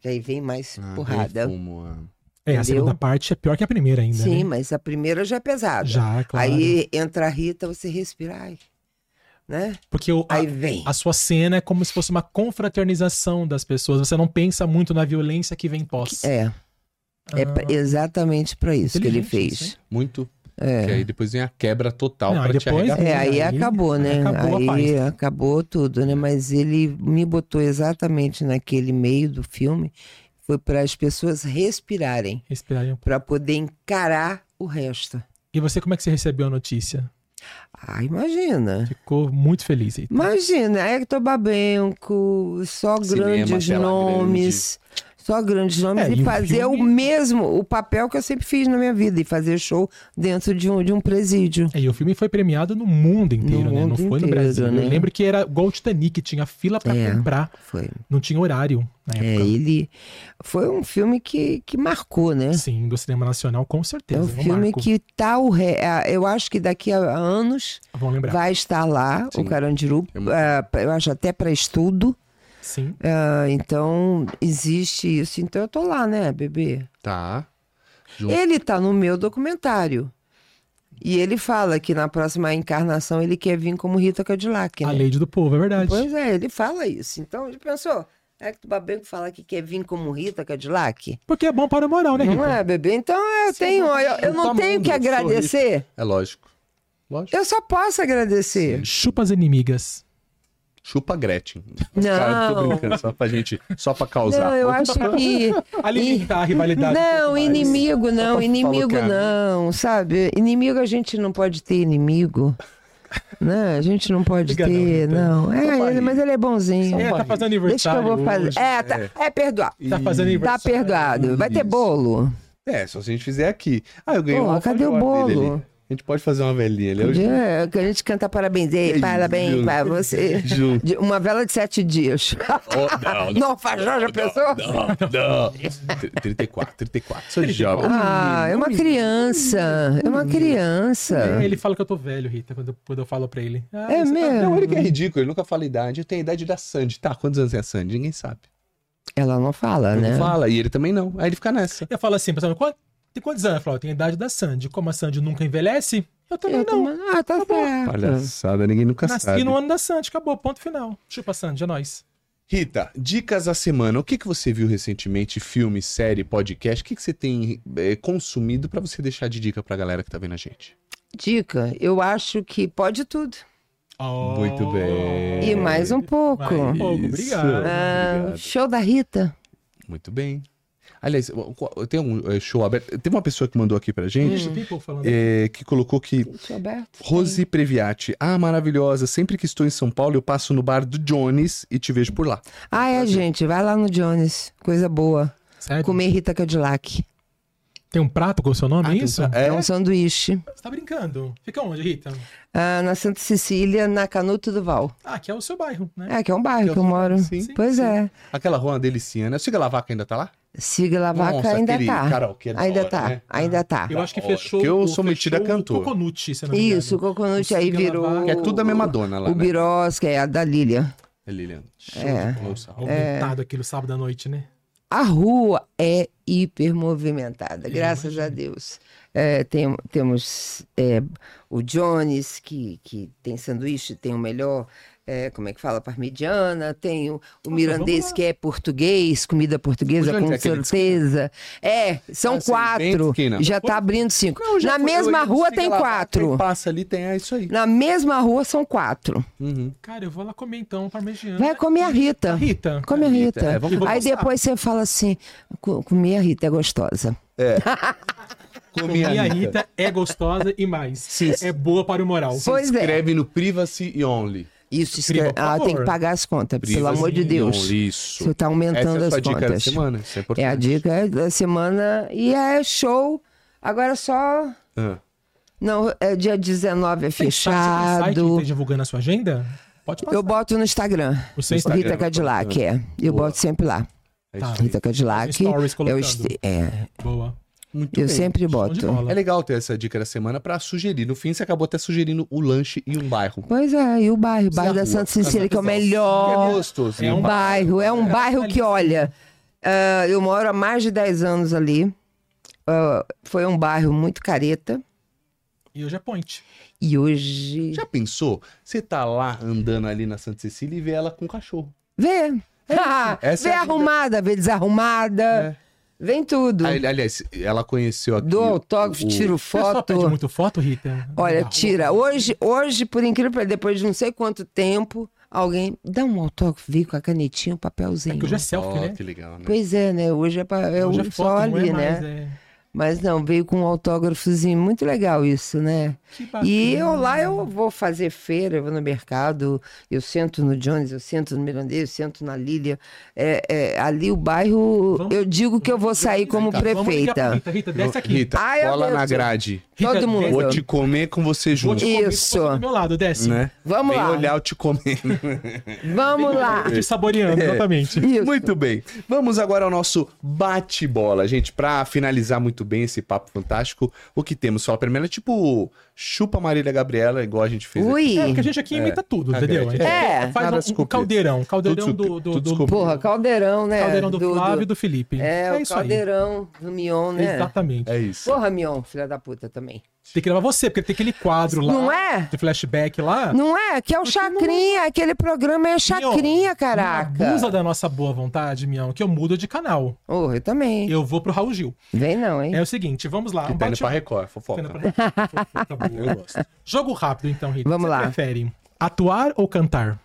Que aí vem mais
Ah,
porrada.
eu fumo, ah.
É, a
Entendeu?
segunda parte é pior que a primeira ainda.
Sim,
né?
mas a primeira já é pesada.
Já, claro.
Aí entra a Rita, você respira, ai, né?
Porque o, a,
Aí vem.
Ah, a sua cena é como se fosse uma confraternização das pessoas. Você não pensa muito na violência que vem pós.
É, é
Ah.
pra- exatamente para isso que ele
Inteligente isso,
fez.
Muito. Que aí depois vem a quebra total
Não,
pra
e
te
depois-
arregaçar.
É,
Aí
aí, acabou, né?
acabou a
aí
paz.
acabou tudo, né? Mas ele me botou exatamente naquele meio do filme, foi para as pessoas respirarem,
Respirar um pouco.
para poder encarar o resto.
E você, como é que você recebeu a notícia?
Ah, imagina.
Ficou muito feliz. Rita.
Imagina, Hector Babenco, só
Cinema,
grandes
tela
nomes. Só grandes nomes
É, e
e
o
fazer o
filme-
mesmo, o papel que eu sempre fiz na minha vida, e fazer show dentro de um, de um presídio.
É, e o filme foi premiado no mundo inteiro,
No
né? não
mundo
foi no
inteiro,
Brasil.
né?
Eu lembro que era igual o Titanic, tinha fila pra
É.
comprar,
Foi.
não tinha horário na
É,
época.
ele. Foi um filme que, que marcou, né?
Sim, do cinema nacional, com certeza.
É um filme
marco.
que tá o re... ah, Eu acho que daqui a anos
Vão lembrar.
vai estar lá
Sim.
o Carandiru,
É muito-
ah, pra- eu acho até para estudo.
Sim.
Ah, então existe isso. Então eu tô lá, né, bebê?
Tá. Junto.
Ele tá no meu documentário. E ele fala que na próxima encarnação ele quer vir como Rita Cadillac.
a
Né?
Lady do Povo, é verdade.
Pois é, ele fala isso. Então ele pensou. É que o Babenco fala que quer vir como Rita Cadillac?
Porque é bom para o moral, né,
Não
Rita?
é, bebê? Então eu tenho, eu, eu não
Todo
tenho que
mundo, sou
agradecer.
É lógico. Lógico.
Eu só posso agradecer.
Chupa as inimigas.
Chupa Gretchen.
Não.
Cara, tô brincando, só pra gente, só pra causar.
Não, eu acho que.
Alimentar a rivalidade. um
Não,
pouco mais.
inimigo não,
pra
inimigo
colocar, né?
não, sabe? Inimigo a gente não pode ter inimigo. Não, a gente não pode
Obrigado,
ter,
Rita.
não. É,
Opa,
ele- mas ele é bonzinho.
É, tá fazendo
Deixa que
aniversário.
eu vou fazer.
hoje.
É, tá, é perdoado.
Tá fazendo
Tá
aniversário.
perdoado. Vai ter
Isso.
bolo.
É, só se a gente fizer aqui. Ah, eu ganhei
Pô,
uma
cadê o
alfajor
bolo?
dele ali. A gente pode fazer uma velhinha ali. hoje?
É, que a gente canta parabéns. Ei,
Ei,
parabéns
Ju.
pra você.
Ju.
De- Uma vela de sete dias.
Oh, não,
Não, fajó, já pensou?
não, não. Tr- 34, 34. Sou jovem.
Ah, é uma criança. É uma criança.
É, Ele fala que eu tô velho, Rita, quando, quando eu falo pra ele. Ah,
É
você tá-
mesmo?
Não, ele que é ridículo, ele nunca fala idade. Eu tenho a idade da Sandy. Tá, quantos anos é a Sandy? Ninguém sabe.
Ela não fala,
Não
né?
fala, e ele também não. Aí ele fica nessa.
Eu falo assim, pessoal, "Quant- tem quantos anos? Eu falo, tem a idade da Sandy. Como a Sandy nunca envelhece, eu também
Eu
não.
também- Ah, tá certo.
Palhaçada, ninguém nunca
Nasci
sabe.
no ano da Sandy, acabou, ponto final. Chupa Sandy, é nóis.
Rita, dicas da semana. O que, que você viu recentemente? Filme, série, podcast? O que, que você tem eh, consumido pra você deixar de dica pra galera que tá vendo a gente?
Dica, eu acho que pode tudo.
Oh.
Muito bem.
E mais um pouco.
Mais um pouco,
Isso.
obrigado.
Ah,
Obrigado.
show da Rita.
Muito bem. Aliás, qual- tem um é, show aberto. Tem uma pessoa que mandou aqui pra gente
Hum. um
Deixa o people falando.
é, que colocou que
Deixa eu aberto.
Rose Previati, ah, maravilhosa, sempre que estou em São Paulo, eu passo no bar do Jones e te vejo por lá.
Ah, é, gente. Vai lá no Jones. Coisa boa.
Sério?
Comer Rita Cadillac.
Tem um prato com o seu nome, é isso?
É um sanduíche.
Você tá brincando. Fica onde, Rita?
Ah, na Santa Cecília, na Canuto do Val.
Ah, que é o seu bairro, né?
É, que é um bairro que eu moro.
Sim,
pois é.
Aquela rua é uma delicinha, né? Siga lá, vaca ainda tá lá?
Siga lá, vaca,
Nossa,
ainda
aquele
tá.
karaokê da
ainda
hora,
tá,
né?
ainda tá.
Eu acho que
Da hora,
fechou.
porque eu
o-
sou metida
fechou o
cantor.
Coconucci, se não me engano.
Isso, o Coconut aí
Siga lá,
virou.
vaca.
Que é tudo a mesma dona lá,
O
né?
Birós, que é a da Lilian.
É Lilian. Show
É.
de bolsa.
Movimentado aquilo sábado à noite, né?
A rua é hipermovimentada, graças a Deus. É, tem- temos é, o Jones, que, que tem sanduíche, tem o melhor, é, como é que fala, parmigiana, tem o, o mirandês,
vamos lá.
que é português, comida portuguesa,
O Jones
com
é aquele de
certeza. É, são
Ah, sim, bem de
quatro,
esquina.
já está abrindo cinco. Na mesma rua
Quem
tem quatro.
passa ali tem é isso aí.
Na mesma rua são quatro.
Uhum.
Cara, eu vou lá comer então, parmegiana.
Vai comer a Rita.
Rita.
Come a
Hum. Rita,
Rita.
é, vamos
Aí
conversar.
depois você fala assim: "Co- comer a Rita é gostosa.
Come
Minha
a Rita.
Rita é gostosa e mais.
Sim.
É boa para o moral.
pois é.
Escreve no Privacy e Only.
Isso,
Prima,
escreve.
por
Ah, tem
favor.
que pagar as contas, pelo
Privacy
amor de
e
Deus.
Only, isso.
Você tá aumentando
Essa é a
as
sua dica da
contas.
semana. Isso é importante.
É a dica da semana e é show. Agora só.
Ah.
Não, é dia 19
Tem
é
site- tem site que
fechado.
tá divulgando a sua agenda? Pode passar.
Eu boto no Instagram.
O seu Instagram.
Rita Cadillac, é. Eu boto sempre lá.
É
Tá.
isso aí.
Rita Cadillac.
Stories
Eu,
colocando.
este- é,
Boa.
Muito
eu
bem.
sempre
Show de
boto.
bola.
É legal ter essa dica da semana pra sugerir. No fim, você acabou até sugerindo o lanche e um bairro.
Pois é, e o bairro? O
E a
bairro da
rua?
Santa Cecília, que é o
É
melhor.
gostoso.
É
um
um
bairro. É um
É,
bairro
ali.
que, olha, ah, eu moro há mais de 10 anos ali. Ah, foi um bairro muito careta.
E hoje é point.
E hoje.
Já pensou? Você tá lá andando ali na Santa Cecília e vê ela com um cachorro.
É
Vê!
Essa
vê
é a vida.
arrumada, vê
É.
desarrumada. Vem tudo.
Ali- Ah, Aliás, ela conheceu aqui.
Dou autógrafo,
o-
tiro
Você só pede
foto.
muito foto, Rita?
Olha,
Na rua?
tira. Hoje, hoje, por incrível, que pareça, depois de não sei quanto tempo, alguém dá um autógrafo, vem com a canetinha, o papelzinho.
Que hoje é
Ó,
selfie, né?
que legal, né?
Pois é, né? Hoje é, pra, é
hoje
o- só
não
ali,
é
né?
mais, é.
Mas não, veio com um autógrafozinho. Muito legal isso, né?
Que
E
bacana.
eu lá, eu vou fazer feira, eu vou no mercado, eu sento no Jones, eu sento no Mirandês, eu sento na Lília. É, é, ali o bairro,
Vamos-
eu digo que eu vou sair como
Vamos ligar pra
prefeita.
Rita, Rita, desce aqui.
Rita,
Ai, meu
cola
Deus.
na grade.
Rita,
Todo mundo.
Vou
Entendeu?
te comer com você
Vou
junto.
te comer com
Isso.
você do meu lado, desce.
Né?
Vamos
Vem
lá.
olhar eu te comendo.
Vamos lá.
Te saboreando,
É.
exatamente.
Isso.
Muito bem. Vamos agora ao nosso bate-bola, gente. Pra finalizar muito bem esse papo fantástico, o que temos? Só a primeira, tipo, chupa Marília Gabriela, igual a gente fez. aqui.
Ui.
É, porque a gente aqui imita tudo,
É,
entendeu?
é,
A gente
é,
faz
nada
um- um,
desculpa.
caldeirão. Caldeirão
Tudo
do, do,
tudo
do,
desculpa.
Porra, caldeirão, né?
caldeirão do, Flávio e do Felipe.
É, o
isso
caldeirão do Mion,
aí.
né?
Exatamente.
É isso.
Porra, Mion, filha da puta também.
Tem que levar você, porque tem aquele quadro lá.
Não é?
De flashback lá.
Não é? Que é o Chacrinha, aquele programa é Chacrinha,
Não
caraca.
abusa da nossa boa vontade, Mião, que eu mudo de canal.
Oh, eu também.
Eu vou pro Raul Gil.
Vem não, hein?
É o seguinte, vamos lá.
Que
Um
tá indo
bate-
pra Record, fofoca.
Pena pra- Tá bom, eu gosto. Jogo rápido, então, Rita.
Vamos
Você
lá.
prefere atuar ou cantar?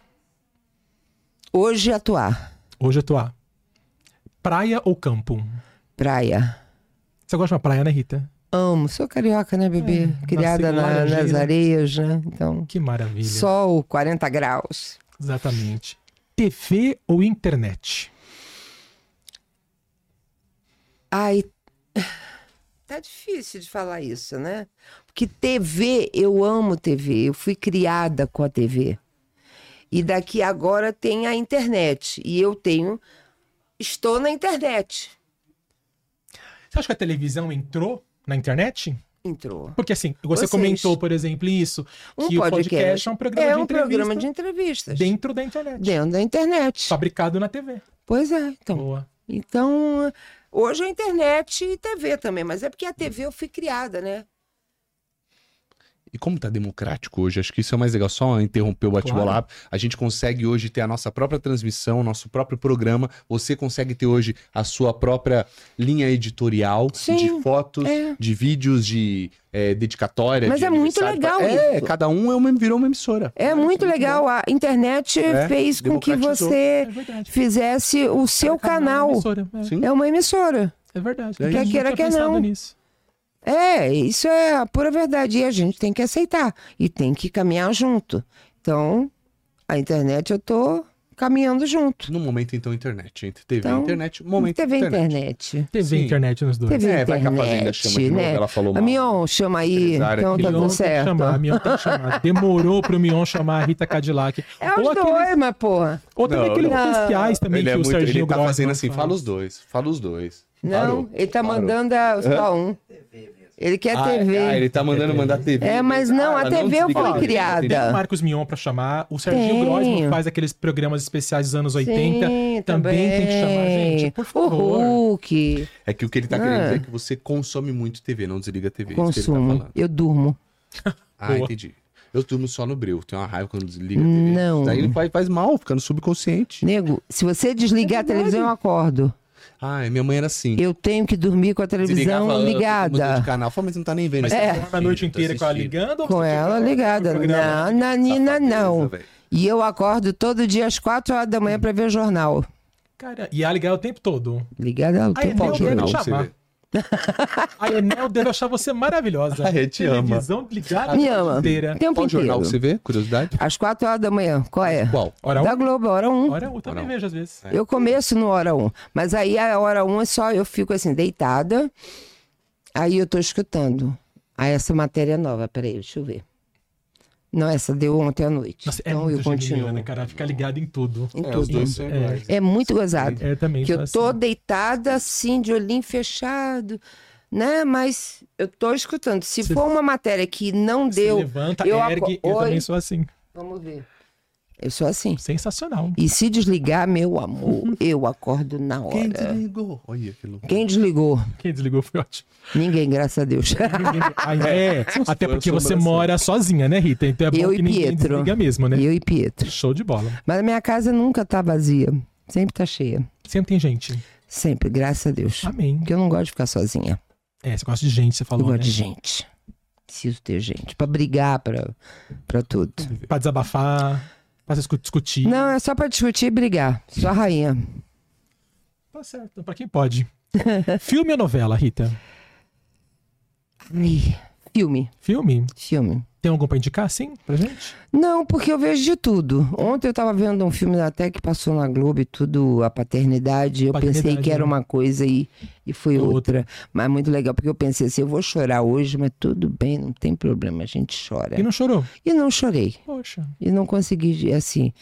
Hoje atuar.
Hoje atuar. Praia ou campo?
Praia.
Você gosta de uma praia, né, Rita?
Amo. Sou carioca, né, bebê? Criada
É, nasci em
na- nas
Laranjeira.
areias, né? Então,
Que maravilha.
sol, 40 graus.
Exatamente. TV ou internet?
Ai, tá difícil de falar isso, né? Porque TV, eu amo TV. Eu fui criada com a TV. E daqui agora tem a internet. E eu tenho... Estou na internet.
Você acha que a televisão entrou na internet?
Entrou.
Porque assim, você
Vocês.
comentou, por exemplo, isso,
Um
que o podcast
podcast
é um programa
É
de
um
entrevista
programa de entrevistas.
dentro da internet.
Dentro da internet.
Fabricado na TV.
Pois é, então.
Hum.
Boa.
Então, hoje é internet e TV também, mas é porque a TV eu fui criada, né?
E como tá democrático hoje, acho que isso é mais legal. Só interromper o bate-bola.
Claro.
rápido. A gente consegue hoje ter a nossa própria transmissão, nosso próprio programa. Você consegue ter hoje a sua própria linha editorial
Sim,
de fotos,
é.
de vídeos, de eh, dedicatória.
Mas
de
é muito
aniversário.
legal
É,
isso.
cada um é uma, virou uma emissora.
É muito legal. A internet
É,
fez com que
democratizou.
É
você
verdade.
fizesse o seu
Cada é uma
canal.
emissora, é.
Sim.
É uma emissora.
É verdade.
Quer
Porque a gente
queira,
não
quer
tinha pensado
não.
nisso.
É, isso é a pura verdade. E a gente tem que aceitar. E tem que caminhar junto. Então, a internet eu tô caminhando junto.
No momento, então, internet. Entre TV
Então,
e internet, um momento
TV
internet.
internet.
TV
Sim.
internet nos dois.
TV
É, vai que a Fazenda
internet,
chama de novo,
né?
ela falou
A
mal.
Mion chama aí,
Empresária
então
que
tá
Mion
tudo
tem que
certo.
chamar, Mion tem que chamar. Demorou pro Mion chamar a Rita Cadillac.
É os
ou
dois,
aqueles,
mas porra.
ou também
Não,
aqueles
não.
especiais também
Ele
que
é
o
muito.
Serginho
Ele tá
Grossman
fazendo assim, fala
faz.
os dois. Fala os dois.
Não,
Parou,
ele tá
parou.
mandando a, só um. Ele quer
Ah,
TV.
ah, ele tá mandando mandar TV.
É, mas não, a
Ah,
TV eu
desliga
fui
a TV.
criada.
O Marcos Mion pra chamar, o Serginho
Tem.
Grossman faz aqueles programas especiais dos anos 80, também, tem que chamar, gente, por favor.
O Hulk.
É que o que ele tá
Ah.
querendo dizer é que você consome muito TV, não desliga a TV. Isso que ele tá
Consumo.
falando.
eu durmo.
Ah,
Boa.
entendi. Eu durmo só no breu, tenho uma raiva quando desliga a TV.
Não.
Daí ele faz, faz mal, fica no subconsciente.
Nego, se você desligar a televisão, eu acordo.
Ah, minha mãe era assim.
Eu tenho que dormir com a televisão
Desligava,
ligada. É.
mudou de canal, falou, mas não tá nem vendo.
Mas
Tá
você
assistindo,
dorme a noite
tá
inteira com ela
assistindo.
ligando? ou
Com
você
ela
fica-
ligada. né?
no programa?
Não, Nanina, não.
Safadeza, velho.
E eu acordo todo dia às 4 horas da manhã pra ver o jornal.
Cara, e ela ligar o tempo todo.
Ligada um ao
Aí
tempo
nem o
inteiro.
dedo
Não, você
chamar.
vê.
A Enel deve achar você maravilhosa.
Ai, eu te amo.
Televisão ligada
Me
a noite
ama.
inteira.
Tempo
Qual jornal
inteiro.
que você vê? Curiosidade?
Às 4 horas da manhã. Qual é?
Qual?
Hora
Da
um,
Globo, hora 1.
hora um, eu também
Hora um.
vejo às vezes.
Eu começo no hora 1. Mas aí a hora 1 é só eu fico assim, deitada. Aí eu tô escutando. Aí essa matéria é nova. Peraí, deixa eu ver. Não, essa deu ontem à noite.
Nossa, é
então eu
muito
continuo.
geminiana, cara, fica ligado em tudo.
Em
É, os
tudo.
dois são iguais.
É muito gozado.
É, também.
que
sou
eu
assim.
tô deitada assim, de olhinho fechado, né? Mas eu tô escutando. Se
Você-
for uma matéria que não
Se
deu,
levanta,
eu
ergue,
aco-
eu
Oi.
também sou assim.
vamos ver. Eu sou assim.
Sensacional.
E se desligar, meu amor, eu acordo na hora.
Quem
Quem,
desligou? Olha que louco.
desligou?
Quem desligou foi ótimo.
Ninguém, graças a Deus.
Ai, é, até
for,
porque
eu sou
você
brasileiro.
mora sozinha, né, Rita? Então é bom
Eu e
que ninguém
Pietro.
desliga mesmo, né?
eu e Pietro.
Show de bola.
Mas a minha casa nunca tá vazia. Sempre tá cheia.
Sempre tem gente.
Sempre, graças a Deus.
Amém.
Porque eu não gosto de ficar sozinha.
É, você gosta de gente, você
Eu
falou,
gosto
né?
de gente. Preciso ter gente. Pra brigar, pra, pra tudo.
Pra desabafar, pra se escu- discutir.
Não, é só pra discutir e brigar. Só a rainha.
Tá certo, pra quem pode. Filme ou novela, Rita?
Ai, filme,
Filme.
filme.
Tem algum pra indicar, sim, pra gente?
Não, porque eu vejo de tudo. Ontem eu tava vendo um filme até que passou na Globo e tudo, a paternidade. Eu pensei
Paternidade,
que era
né?
uma coisa e, e foi
Outra.
outra. Mas muito legal, porque eu pensei assim, eu vou chorar hoje, mas tudo bem, não tem problema, a gente chora.
E não chorou?
E não chorei.
Poxa.
E não consegui, assim.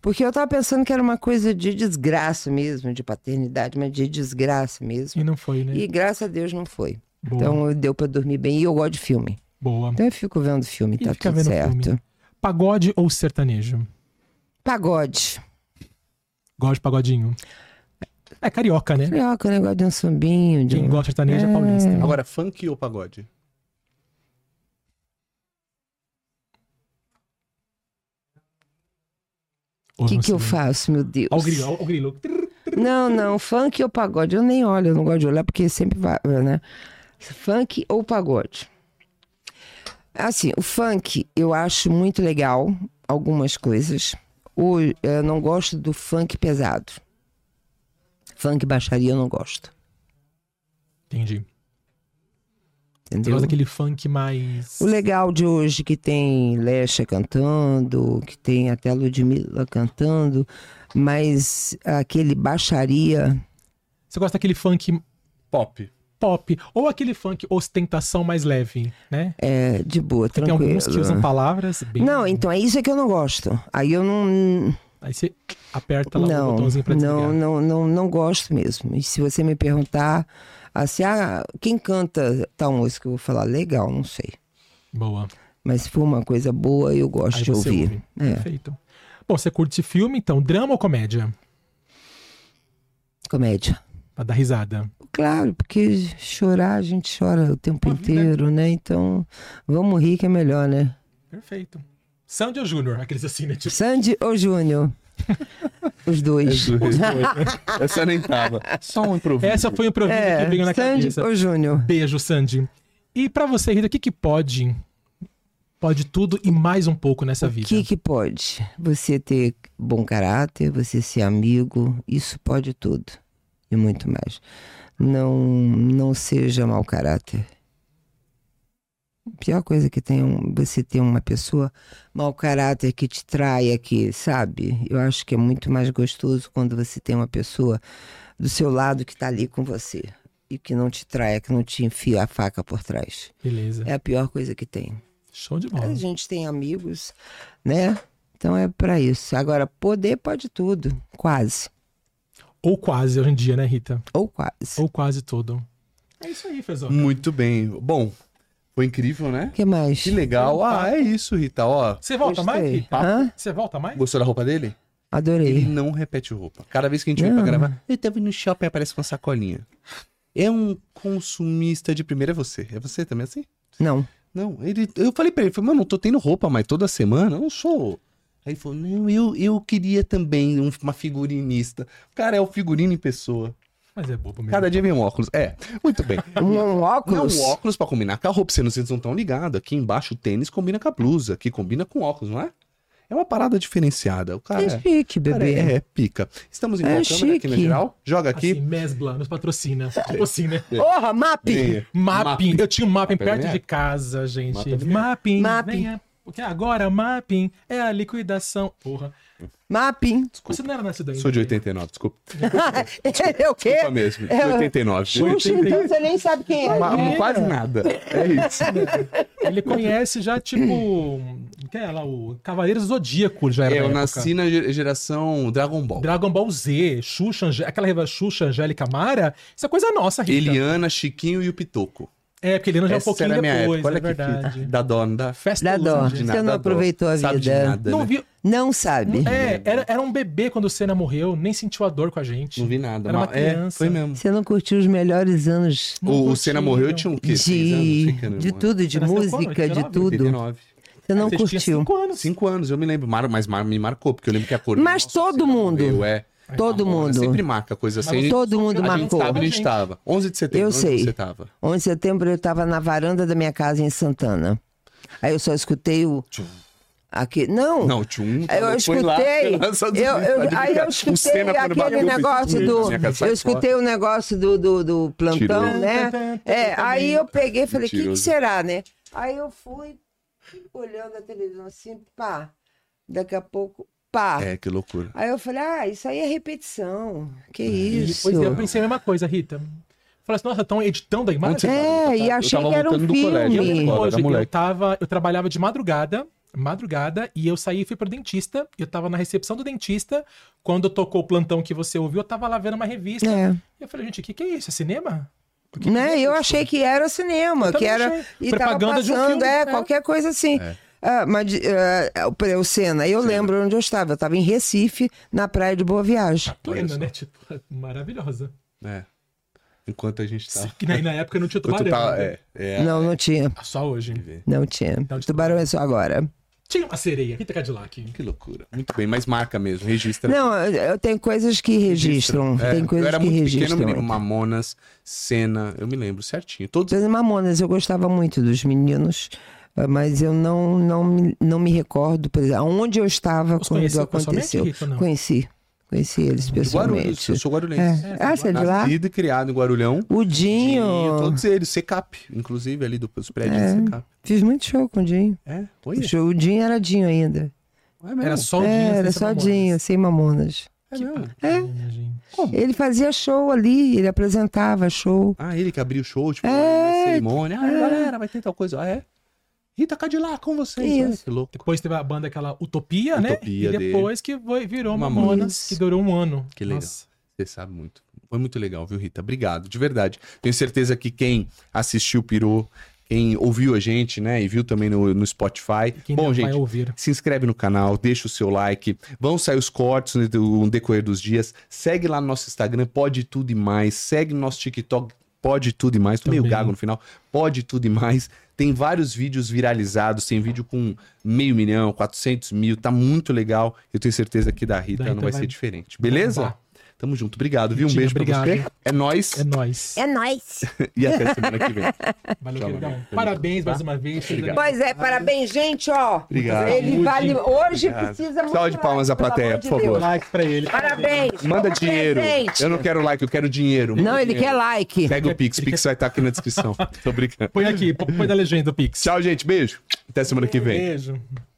Porque eu tava pensando que era uma coisa de desgraça mesmo, de paternidade, mas de desgraça mesmo.
E não foi, né?
E graças a Deus não foi.
Boa.
Então deu pra dormir bem e eu gosto de filme.
Boa.
Então eu fico vendo filme,
E
tá
fica
tudo
vendo
certo.
filme. Pagode ou sertanejo?
Pagode.
Gosto de pagodinho. É carioca, né?
Carioca, o negócio de um sambinho. De
Quem
um...
gosta de sertanejo é paulista.
Agora, funk ou pagode?
O
Ou
que,
não
que eu
sei.
faço, meu Deus?
Ó o grilo, ó o grilo.
Não, não, funk ou pagode? Eu nem olho, eu não gosto de olhar porque sempre vai, né? Funk ou pagode? Assim, o funk eu acho muito legal, algumas coisas. O, eu não gosto do funk pesado. Funk baixaria eu não gosto.
Entendi. Você
Entendeu?
gosta daquele funk mais.
O legal de hoje que tem Lesha cantando, que tem até Ludmilla cantando, mas aquele baixaria.
Você gosta daquele funk
Pop.
pop ou aquele funk ostentação mais leve, né?
É, de boa,
Porque tem
tranquilo.
alguns que usam né? palavras bem.
Não, então é isso que eu não gosto. Aí eu não.
Aí você aperta Tá lá o
Não,
botãozinho pra desligar.
não, não, não, não gosto mesmo. E se você me perguntar assim, ah, quem canta tal música, eu vou falar, legal, não sei.
Boa.
Mas se for uma coisa boa, eu gosto
Aí
de
você
ouvir.
ouve.
É,
Perfeito. Bom, você curte filme, então, drama ou comédia?
comédia.
Pra dar risada.
Claro, porque chorar, a gente chora o tempo
Uma vida.
inteiro, né? Então, vamos rir que é melhor, né?
Perfeito. Sandy ou Júnior? Aqueles assim, né? Tipo,
Sandy ou Júnior? Os
É,
dois.
Essa nem tava. Só um improviso.
essa foi o improviso que veio na
É, Sandy
cabeça.
ou Júnior?
Beijo, Sandy. E pra você, Rita, o que que pode? Pode tudo e mais um pouco nessa
O
vida.
que que pode? Você ter bom caráter, você ser amigo, isso pode tudo e muito mais. não, não seja mau caráter. A pior coisa que tem um, você ter uma pessoa mau caráter que te trai aqui, sabe? Eu acho que é muito mais gostoso quando você tem uma pessoa do seu lado que tá ali com você e que não te traia, que não te enfia a faca por trás.
Beleza.
É a pior coisa que tem.
Show de
A
bola.
gente tem amigos, né? Então é pra isso. Agora, poder pode tudo, quase.
Ou quase hoje em dia, né, Rita?
Ou quase.
Ou quase tudo. É isso aí, Fezó.
Muito bem. Bom, foi incrível, né?
O que mais?
Que legal. Ah, é isso, Rita. Ó,
Você volta mais,
Gostei.
Rita?
Hã?
Você volta mais?
gostou da roupa dele? Ele
Adorei.
não repete roupa. Cada vez que a gente vem pra
É. Não.
gravar, ele tava no shopping e aparece com uma sacolinha. É um consumista de primeira, é você. É você também assim?
Não.
Não, ele. Eu falei pra ele, falei, mano, eu tô tendo roupa, mas toda semana eu não sou. Aí ele falou, não, eu, eu queria também um- uma figurinista. Cara, é o figurino em pessoa.
Mas é bobo mesmo.
Cada dia vem um óculos. É, muito bem.
Um, um
Não,
óculos?
o óculos pra combinar com a roupa, vocês não- vocês não estão ligados. Aqui embaixo o tênis combina com a blusa, que combina com o óculos, não é? É uma parada diferenciada. O cara,
É chique,
cara
bebê.
é, é pica. Estamos em
É
qual câmera aqui na
chique.
geral? Joga
Assim,
tá aqui.
Mesbla nos patrocina. Tipo assim, né?
é.
Porra, map!
Bem,
Mapping. Eu tinha um mapping
Mapping
perto
é?
de casa, gente.
Mapping é?
Mapping.
Mapping.
venha. Porque agora mapping é a liquidação. Porra.
Mapping!
Você não era nascido ainda.
Sou de
né?
89, desculpa.
Ele é o quê?
Desculpa mesmo. De
É,
89.
Puxa, então você nem sabe quem é.
Ma-
É.
Quase nada. É isso.
Ele conhece já, tipo. que é lá? O Cavaleiro Zodíaco já era.
É, eu
na época.
nasci na ge- geração Dragon Ball.
Dragon Ball Z, Xuxa, Ange- aquela reva Xuxa Angélica Mara, isso é coisa nossa, Rita.
Eliana, Chiquinho e o Pitoco.
É, porque Eliana já é um
Essa
pouquinho
era a minha
depois,
época. Olha
é
que
verdade.
fita. Da dona da festa.
Dá dó.
de
Você
nada,
não
dá dó.
aproveitou a
Sabe de
vida.
nada,
Não
né?
vi.
Não sabe.
É, era, era um bebê quando o Senna morreu, nem sentiu a dor com a gente.
Não vi nada.
Era uma
Mas- é,
criança.
foi mesmo.
Você não curtiu os melhores anos
Não
o, o
curti,
Senna morreu, eu
não.
tinha o quê? Seis anos?
de,
Sei que era,
de
mano.
tudo, de
Você nasceu quando?
música, de
89?
tudo.
89.
Você não
Você tinha
curtiu.
cinco anos.
Cinco anos, eu me lembro. Mar- Mas mar- me marcou, porque eu lembro que a cor...
Mas todo
Senna
mundo.
morreu, é.
Todo
Amor,
mundo.
Sempre marca coisa
Mas
assim.
Todo mundo
a gente
marcou.
sabe onde
Gente.
estava. 11 de setembro,
Eu
onde
sei.
você tava.
11 de setembro eu estava na varanda da minha casa em Santana. Aí eu só escutei o. Aqui. Não!
Não, tinha um.
Eu
foi lá,
escutei.
lá, só de-
eu, eu-
de
aí
brincar.
eu
O
escutei
Senna, quando bateu, eu
aquele
fiz
negócio
tudo na
do.
minha casa, é? sai
Eu escutei o negócio do, do, do plantão,
Mentiroso.
né? É, aí eu peguei e falei, o que, que
Mentiroso.
será, né? Aí eu fui olhando a televisão assim, pá. Daqui a pouco, pá.
fora. É, que loucura.
Aí eu falei, ah, isso aí é repetição.
É,
Que
E
isso?
depois eu pensei a mesma coisa, Rita. Falei assim, nossa, estão editando a
Onde você
imagem?
É,
tava? Eu
e
tava- eu
achei
tava
que era um
voltando do colégio,
Eu
Sim.
lembro
agora,
hoje
era
que eu
moleque.
tava, eu trabalhava de madrugada, madrugada, e eu saí e fui pro dentista. Eu tava na recepção do dentista. Quando tocou o plantão que você ouviu, eu tava lá vendo uma revista.
É.
E eu falei, gente, o que, que é isso? É cinema? O que que é
Né?
isso?
Eu achei que era cinema,
Eu também
que era
achei.
e tava
Propaganda
passando,
de um filme,
é,
né? É.
qualquer coisa assim. Ah, mas de- ah, o pre- o Senna, eu lembro onde eu estava. Eu estava em Recife, na praia de Boa Viagem.
Olha
plena,
só.
né? Tipo, maravilhosa.
É. Enquanto a gente tá.
Que na, na época não tinha
Enquanto
tubarão.
tá
né?
é, é,
Não, não tinha.
Só hoje.
Não tinha.
Não tinha.
Tubarão é só agora.
Tinha uma sereia, Rita Cadillac.
Que loucura. Muito bem, mas marca mesmo, registra.
Não, eu eu tenho coisas que registram.
É,
Tem
eu
coisas
era
que
muito pequeno, eu me
registram.
lembro. Mamonas, Cena, eu me lembro certinho. Todos.
Coisas Mamonas, eu gostava muito dos meninos, ah, mas eu não, não, me- não me recordo por exemplo, aonde eu estava
Os
quando
conheceu
aconteceu.
pessoalmente, Rita, ou não?
Conheci. Conheci eles
de Guarulhos,
pessoalmente.
eu sou guarulhense.
É. Ah, você é de lá?
Nascido e criado em Guarulhão.
O
E
Dinho.
todos eles, CECAP, inclusive ali do- dos prédios
É.
do CECAP.
Fiz muito show com o Dinho.
É, foi
O show- o Dinho era Dinho ainda.
É mesmo.
Era só o Dinho. assim,
É, era
sem ser
só
Mamonas.
Dinho, sem mamonas.
É mesmo.
É. gente.
Ele fazia show ali, ele apresentava show.
Ah, ele que abriu o show, tipo,
É,
na cerimônia. Ah, galera, vai ter tal coisa. Ah, é? Rita Cadillac com vocês. Olha
Isso.
que louco.
Depois teve a banda aquela Utopia, né?
Utopia
e depois que foi, virou
Mamonas.
Mamonas, que durou um ano.
Que legal. Você sabe muito. Foi muito legal, viu, Rita? Obrigado, de verdade. Tenho certeza que quem assistiu pirou, quem ouviu a gente, né, e viu também no, no Spotify.
Quem
Bom,
não vai
gente,
ouvir.
se inscreve no canal, deixa o seu like. Vão sair os cortes no no decorrer dos dias. Segue lá no nosso Instagram, pode tudo e mais. Segue no nosso TikTok, pode tudo e mais. Tô meio
Também.
gago no final. Pode tudo e mais. Tem vários vídeos viralizados. Tem vídeo com meio milhão, 400 mil. Tá muito legal. Eu tenho certeza que da Rita
Da Rita
não vai,
vai
ser diferente. Beleza?
bombar.
Tamo junto. Obrigado, viu? Um
Diga,
beijo pra
obrigado.
você. É nóis.
É nóis.
É nóis.
E até semana que vem.
Valeu,
Tchau,
queridão.
amigo.
Parabéns mais uma vez.
Obrigado.
Pois é, parabéns, gente, ó.
Obrigado.
Ele vale. Hoje
Obrigado.
precisa muito.
Salve de
like,
palmas à
pelo
plateia,
amor de
por favor.
Deus.
Likes pra ele.
Parabéns.
Manda
Como
dinheiro.
presente.
Eu não quero like, eu quero dinheiro. Manda
Não, ele
dinheiro.
quer like.
Pega o Pix. Pix vai estar aqui na descrição. Tô brincando.
Põe aqui, põe na legenda o Pix.
Tchau, gente. Beijo. Até semana que vem.
Beijo.